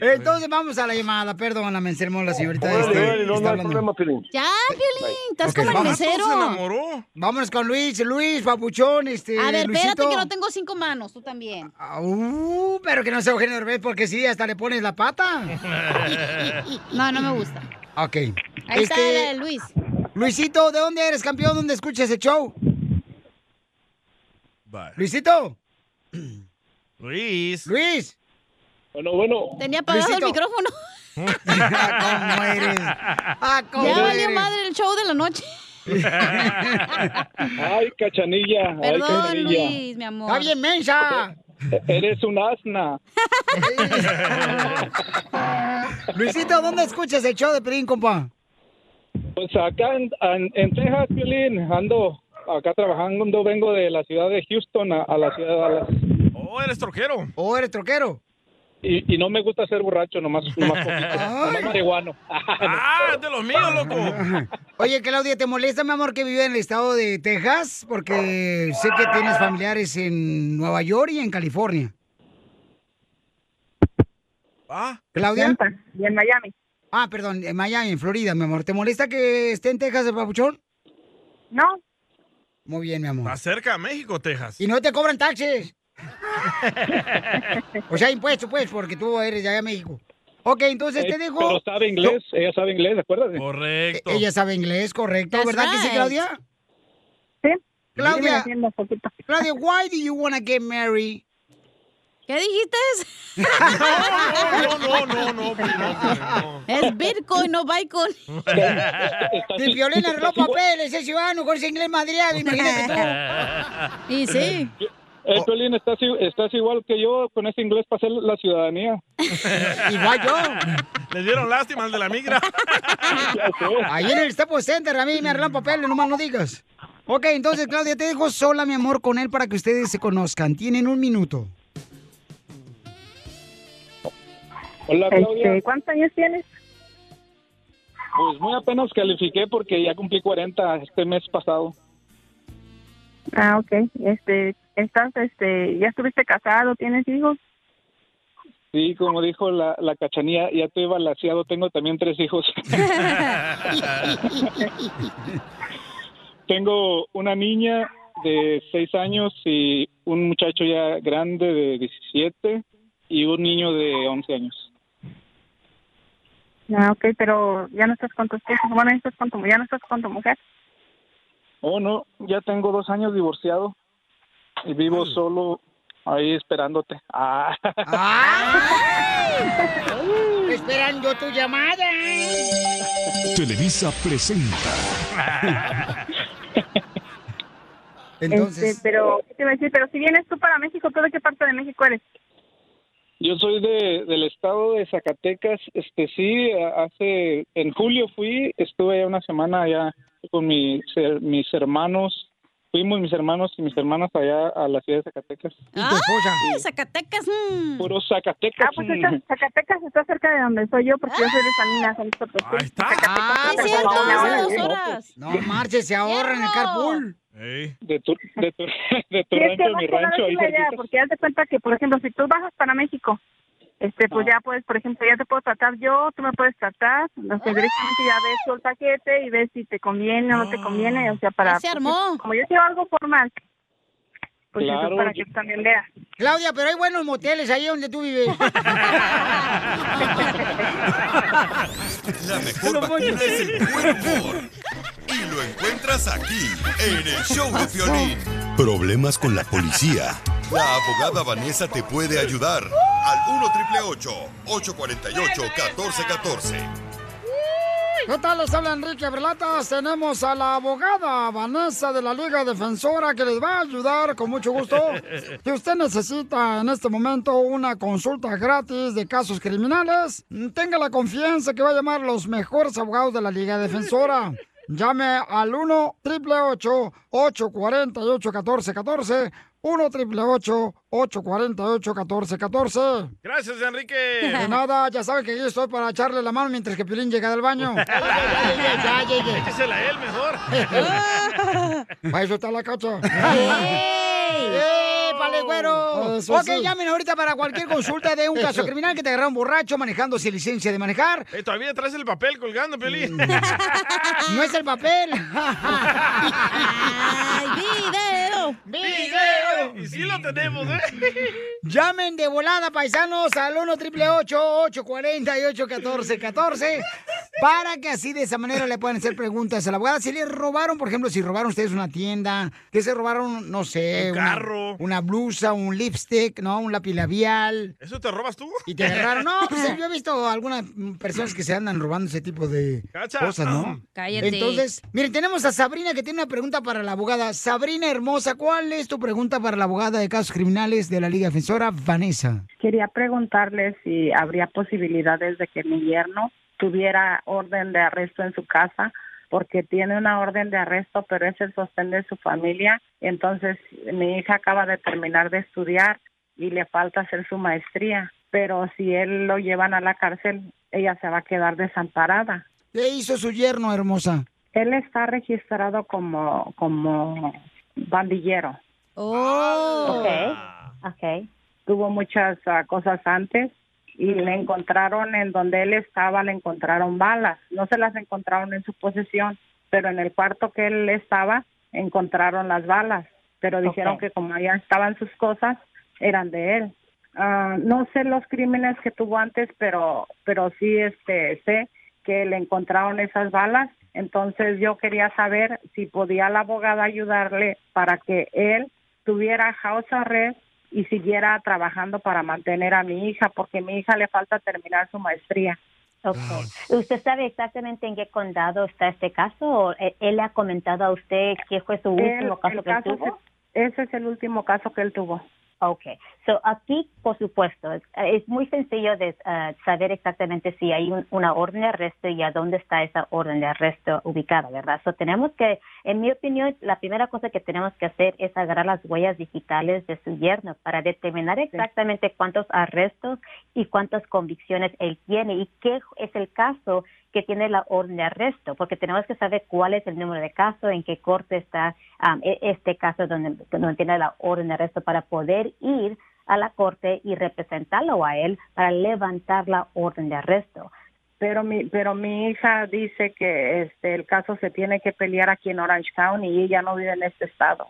Speaker 2: Entonces vamos a la llamada, perdóname, Anselmo, la señorita.
Speaker 34: Órale,
Speaker 2: este,
Speaker 34: órale, no, no
Speaker 2: está
Speaker 34: hay
Speaker 2: hablando.
Speaker 34: problema, Piolín.
Speaker 5: Ya, Piolín, estás
Speaker 2: Ok.
Speaker 5: como el
Speaker 2: Vato, se
Speaker 5: mesero.
Speaker 2: enamoró. Vámonos con Luis, Luis, papuchón, este,
Speaker 5: A ver, espérate
Speaker 2: Luisito.
Speaker 5: que no tengo cinco manos, tú también.
Speaker 2: Ah, uh, pero que no sea Eugenio Derbez, porque sí, hasta le pones la pata.
Speaker 5: No, no me gusta.
Speaker 2: Ok.
Speaker 5: Ahí está
Speaker 2: Este,
Speaker 5: la de Luis.
Speaker 2: Luisito, ¿de dónde eres, campeón? ¿Dónde escuchas el show? Luisito.
Speaker 4: Luis.
Speaker 2: Luis.
Speaker 34: Bueno, bueno.
Speaker 5: Tenía apagado
Speaker 2: Luisito.
Speaker 5: el micrófono.
Speaker 2: ¿Cómo eres? Ah, ¿cómo
Speaker 5: ya valió
Speaker 2: eres?
Speaker 5: madre el show de la noche.
Speaker 22: Ay, cachanilla. ay,
Speaker 5: Perdón,
Speaker 22: cachanilla.
Speaker 5: Luis, mi amor.
Speaker 2: Está bien, mensa.
Speaker 22: Eres un asna.
Speaker 2: Luisito, ¿dónde escuchas el show de Pelín, compa?
Speaker 22: Pues acá en, en- en Texas, Piolín, ando acá trabajando. Vengo de la ciudad de Houston a, a la ciudad de Dallas.
Speaker 4: Oh, eres troquero.
Speaker 2: Oh, eres troquero.
Speaker 22: Y, y no me gusta ser borracho, nomás, nomás poquito. Nomás marihuano.
Speaker 4: Ah, de los míos, loco.
Speaker 2: Oye, Claudia, ¿te molesta, mi amor, que vive en el estado de Texas? Porque sé que tienes familiares en Nueva York y en California.
Speaker 4: Ah.
Speaker 2: ¿Claudia?
Speaker 3: Y en Miami.
Speaker 2: Ah, perdón, en Miami, en Florida, mi amor. ¿Te molesta que esté en Texas el papuchón?
Speaker 3: No.
Speaker 2: Muy bien, mi amor.
Speaker 4: Está cerca a México, Texas.
Speaker 2: Y no te cobran taxes. O sea, impuesto, pues, porque tú eres de allá de México. Ok, entonces te
Speaker 22: Eh,
Speaker 2: Pues este dijo.
Speaker 22: Pero sabe inglés, ella sabe inglés, acuérdate.
Speaker 33: Correcto.
Speaker 2: Ella sabe inglés, correcto,
Speaker 22: That's
Speaker 2: ¿verdad que sí,
Speaker 22: right.
Speaker 2: Claudia?
Speaker 3: Sí.
Speaker 2: Claudia, Claudia, why do you want to get married?
Speaker 5: ¿Qué dijiste?
Speaker 33: No, no, no, no,
Speaker 5: Es Bitcoin, no Bitcoin.
Speaker 2: Si Violín arregló papeles, es ciudadano con ese inglés madriado, imagínate tú.
Speaker 5: Y sí.
Speaker 22: Eh, Piolín, estás, i- estás igual que yo con ese inglés para hacer la ciudadanía.
Speaker 2: Igual yo.
Speaker 33: Le dieron lástima al de la migra.
Speaker 2: Ahí en el Staples Center, a mí me arreglan papeles, nomás no digas. Ok, entonces, Claudia, te dejo sola, mi amor, con él para que ustedes se conozcan. Tienen un minuto.
Speaker 22: Hola, Claudia.
Speaker 3: Este, ¿Cuántos años tienes?
Speaker 22: Pues muy apenas califiqué porque ya cumplí 40 este mes pasado.
Speaker 3: Ah, ok. Este, estás, este, ya estuviste casado, tienes hijos.
Speaker 22: Sí, como dijo la, la cachanía, ya estoy balanceado, tengo también tres hijos. tengo una niña de seis años y un muchacho ya grande de 17 y un niño de 11 años.
Speaker 3: Ah, ok, pero ya no estás con tu esposo. Bueno, ya, estás con tu, ya no estás con tu mujer.
Speaker 22: Oh, no, ya tengo dos años divorciado y vivo solo ahí esperándote. Ah.
Speaker 2: Esperando tu llamada. ¿eh?
Speaker 9: Televisa presenta.
Speaker 3: Este, pero, ¿qué te iba a decir? Pero si vienes tú para México, ¿tú de qué parte de México eres?
Speaker 22: Yo soy de, del estado de Zacatecas. Este sí, a- hace en julio fui, estuve allá una semana allá con mis her- mis hermanos. Fuimos mis hermanos y mis hermanas allá a la ciudad de Zacatecas. Ah,
Speaker 5: Ay, Ah, Zacatecas. mm.
Speaker 22: Puro Zacatecas.
Speaker 3: Ah, pues esta- Zacatecas está cerca de donde soy yo, porque yo soy de Salinas. pues, son nosotros.
Speaker 2: Ah,
Speaker 3: Sí, cierto, hace dos
Speaker 2: horas. No marches, se ahorra en el carpool.
Speaker 22: De tu, de tu, de tu
Speaker 3: Sí,
Speaker 22: rancho
Speaker 3: es que
Speaker 22: a
Speaker 3: más
Speaker 22: mi
Speaker 3: que nada
Speaker 22: rancho.
Speaker 3: es
Speaker 22: Ahí
Speaker 3: una idea,
Speaker 22: cerquita.
Speaker 3: porque haz de cuenta que, por ejemplo, si tú bajas para México, este, pues ya puedes, por ejemplo, ya te puedo tratar yo, tú me puedes tratar, o sea, directamente ya ves tú el paquete y ves si te conviene o no te conviene, o sea, para... pues,
Speaker 5: Ya se armó.
Speaker 3: Como yo quiero algo formal, pues eso es
Speaker 2: Claro,
Speaker 3: para que
Speaker 2: yo-
Speaker 3: tú también veas.
Speaker 2: Claudia, pero hay buenos moteles ahí donde tú vives.
Speaker 6: La mejor vacuna es el buen humor. Y lo encuentras aquí, en el show de Piolín. Problemas con la policía. La abogada Vanessa te puede ayudar. Al 1 848 1414
Speaker 2: ¿Qué tal? Les habla Enrique Berlatas. Tenemos a la abogada Vanessa de la Liga Defensora que les va a ayudar con mucho gusto. Si usted necesita en este momento una consulta gratis de casos criminales, tenga la confianza que va a llamar los mejores abogados de la Liga Defensora. Llame al 1 888 848 1414 1 888 848 1414
Speaker 33: Gracias, Enrique.
Speaker 2: de nada, ya sabe que yo estoy para echarle la mano mientras que Piolín llega del baño. ya, ya, ya, ya.
Speaker 33: Échesela a él mejor.
Speaker 2: Para eso está la cacha.
Speaker 33: ¡Ey! Oh,
Speaker 2: ¡Eh, vale, güero!
Speaker 33: Eso
Speaker 2: ok,
Speaker 33: sí.
Speaker 2: llamen ahorita para cualquier consulta de un caso criminal que te agarraron borracho manejando sin licencia de manejar.
Speaker 33: Eh, todavía traes el papel colgando, Piolín.
Speaker 2: No es el papel.
Speaker 5: ¡Video!
Speaker 2: ¡Video!
Speaker 33: Y sí lo tenemos, ¿eh?
Speaker 2: Llamen de volada, paisanos, al 1 888 848 1414 para que así de esa manera le puedan hacer preguntas a la abogada. Si le robaron, por ejemplo, si robaron ustedes una tienda, que se robaron, no sé,
Speaker 33: Un
Speaker 2: una-
Speaker 33: carro.
Speaker 2: Una, blusa, un lipstick, ¿no? Un lápiz labial.
Speaker 33: ¿Eso te robas tú?
Speaker 2: Y te agarraron. No, pues yo he visto algunas mm, personas que se andan robando ese tipo de
Speaker 33: Cacha.
Speaker 2: cosas, ¿no?
Speaker 33: Cállate.
Speaker 2: Entonces, miren, tenemos a Sabrina que tiene una pregunta para la abogada. Sabrina hermosa, ¿cuál es tu pregunta para la abogada de casos criminales de la Liga Defensora, Vanessa?
Speaker 3: Quería preguntarle si habría posibilidades de que mi yerno tuviera orden de arresto en su casa, porque tiene una orden de arresto, pero es el sostén de su familia. Entonces, mi hija acaba de terminar de estudiar y le falta hacer su maestría, pero si él lo llevan a la cárcel, ella se va a quedar desamparada.
Speaker 2: ¿Qué hizo su yerno, hermosa?
Speaker 3: Él está registrado como, como bandillero.
Speaker 5: Oh.
Speaker 3: Okay. Tuvo muchas ah, cosas antes y le encontraron en donde él estaba, le encontraron balas. No se las encontraron en su posesión, pero en el cuarto que él estaba encontraron las balas. Pero dijeron
Speaker 21: Ok.
Speaker 3: que como allá estaban sus cosas, eran de él. Ah, no sé los crímenes que tuvo antes, pero, pero sí este, sé que le encontraron esas balas. Entonces yo quería saber si podía la abogada ayudarle para que él tuviera house arrest y siguiera trabajando para mantener a mi hija, porque a mi hija le falta terminar su maestría.
Speaker 33: Ok. ¿Usted sabe exactamente en qué condado está este caso? ¿O e- él le ha comentado a usted qué fue su
Speaker 3: Él-
Speaker 33: último caso
Speaker 3: el
Speaker 33: que
Speaker 3: caso
Speaker 33: tuvo?
Speaker 3: se- ese es el último caso que él tuvo.
Speaker 33: Ok, so aquí, por supuesto, es, es muy sencillo de ah, saber exactamente si hay un- una orden de arresto y a dónde está esa orden de arresto ubicada, ¿verdad? So tenemos que, en mi opinión, la primera cosa que tenemos que hacer es agarrar las huellas digitales de su yerno para determinar exactamente cuántos arrestos y cuántas convicciones él tiene y qué es el caso que tiene la orden de arresto, porque tenemos que saber cuál es el número de caso, en qué corte está um, e- este caso donde, donde tiene la orden de arresto para poder ir a la corte y representarlo a él para levantar la orden de arresto.
Speaker 3: Pero mi, pero mi hija dice que este el caso se tiene que pelear aquí en Orange County y ella no vive en este estado.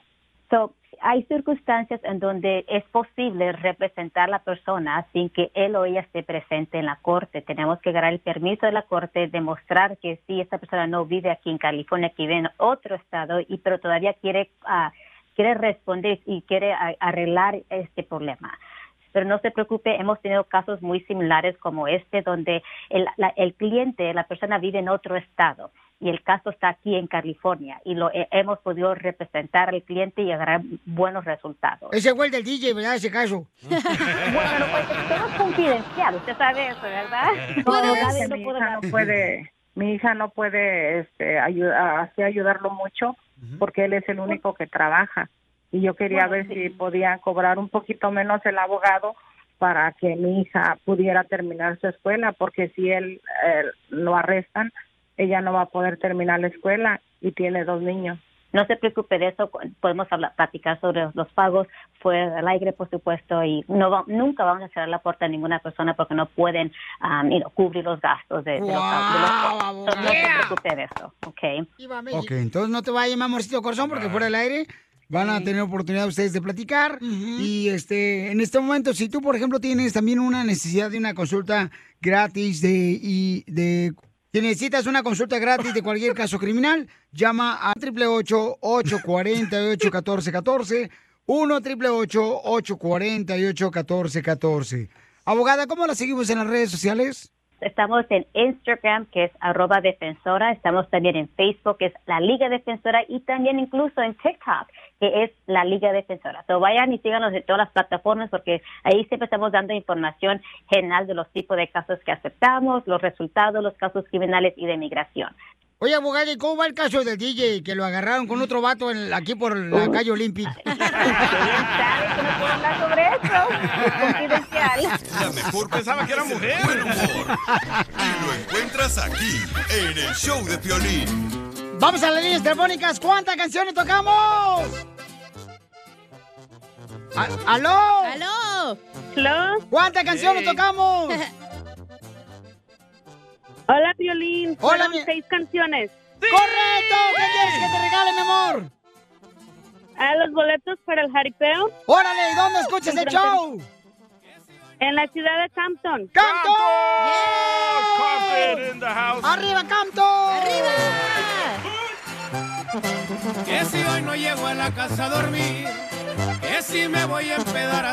Speaker 33: So, hay circunstancias en donde es posible representar a la persona sin que él o ella esté presente en la corte. Tenemos que ganar el permiso de la corte, demostrar que sí, esta persona no vive aquí en California, que vive en otro estado, y pero todavía quiere, ah, quiere responder y quiere ah, arreglar este problema pero no se preocupe, hemos tenido casos muy similares como este, donde el, la- el cliente, la persona vive en otro estado y el caso está aquí en California y lo he- hemos podido representar al cliente y agarrar buenos resultados.
Speaker 2: Ese fue el del DJ, ¿verdad? Ese caso.
Speaker 33: bueno, pues todo es confidencial, usted sabe eso, ¿verdad?
Speaker 3: No,
Speaker 33: Como
Speaker 3: es
Speaker 33: abogado,
Speaker 3: que
Speaker 33: yo
Speaker 3: mi
Speaker 33: puedo
Speaker 3: hija no
Speaker 33: dar-
Speaker 3: puede, mi hija no puede este, ayuda- así ayudarlo mucho porque él es el único que trabaja. Y yo quería
Speaker 33: Bueno,
Speaker 3: ver si podía cobrar un poquito menos el abogado para que mi hija pudiera terminar su escuela, porque si él eh, lo arrestan, ella no va a poder terminar la escuela y tiene dos niños.
Speaker 33: No se preocupe de eso, podemos hablar, platicar sobre los pagos fuera del aire, por supuesto, y no va- nunca vamos a cerrar la puerta a ninguna persona porque no pueden um, you know, cubrir los gastos de, de los pagos. de los pagos. So,
Speaker 2: Wow,
Speaker 33: no
Speaker 2: abogada.
Speaker 33: se preocupe de eso, ¿ok?
Speaker 2: Ok, entonces no te vayas, mi amorcito corazón, porque fuera del aire van a tener oportunidad ustedes de platicar. Y este, en este momento, si tú, por ejemplo, tienes también una necesidad de una consulta gratis de y de si necesitas una consulta gratis de cualquier caso criminal, llama a 888-848-1414, 1 888 1414 Abogada, ¿cómo la seguimos en las redes sociales?
Speaker 33: Estamos en Instagram, que es arroba defensora. Estamos también en Facebook, que es la Liga Defensora. Y también incluso en TikTok, que es la Liga Defensora. So vayan y síganos en todas las plataformas porque ahí siempre estamos dando información general de los tipos de casos que aceptamos, los resultados, los casos criminales y de migración.
Speaker 2: Oye, abogado, ¿y cómo va el caso del DJ que lo agarraron con otro vato en- aquí por la calle Olímpica?
Speaker 33: sobre eso?
Speaker 6: La mejor pensaba que era mujer. Y lo encuentras aquí, en el show de Piolín.
Speaker 2: Vamos a las líneas telefónicas. ¿Cuántas canciones tocamos? A- ¿Aló?
Speaker 35: ¡Aló!
Speaker 2: ¿Aló? ¿Cuántas canciones
Speaker 35: Hey.
Speaker 2: tocamos?
Speaker 15: Hola, Violín.
Speaker 2: Hola,
Speaker 15: Hola, seis canciones.
Speaker 2: ¡Correcto! ¿Qué quieres que te regale, mi amor?
Speaker 15: A Ah, los boletos para el jaripeo.
Speaker 2: ¡Órale! ¿Y dónde escuchas el show?
Speaker 15: En la ciudad de Campton.
Speaker 2: ¡Campton!
Speaker 15: Campton
Speaker 36: in the house.
Speaker 2: ¡Arriba, Campton!
Speaker 22: Que si hoy no llego a la casa a dormir, que si me voy a empedar a...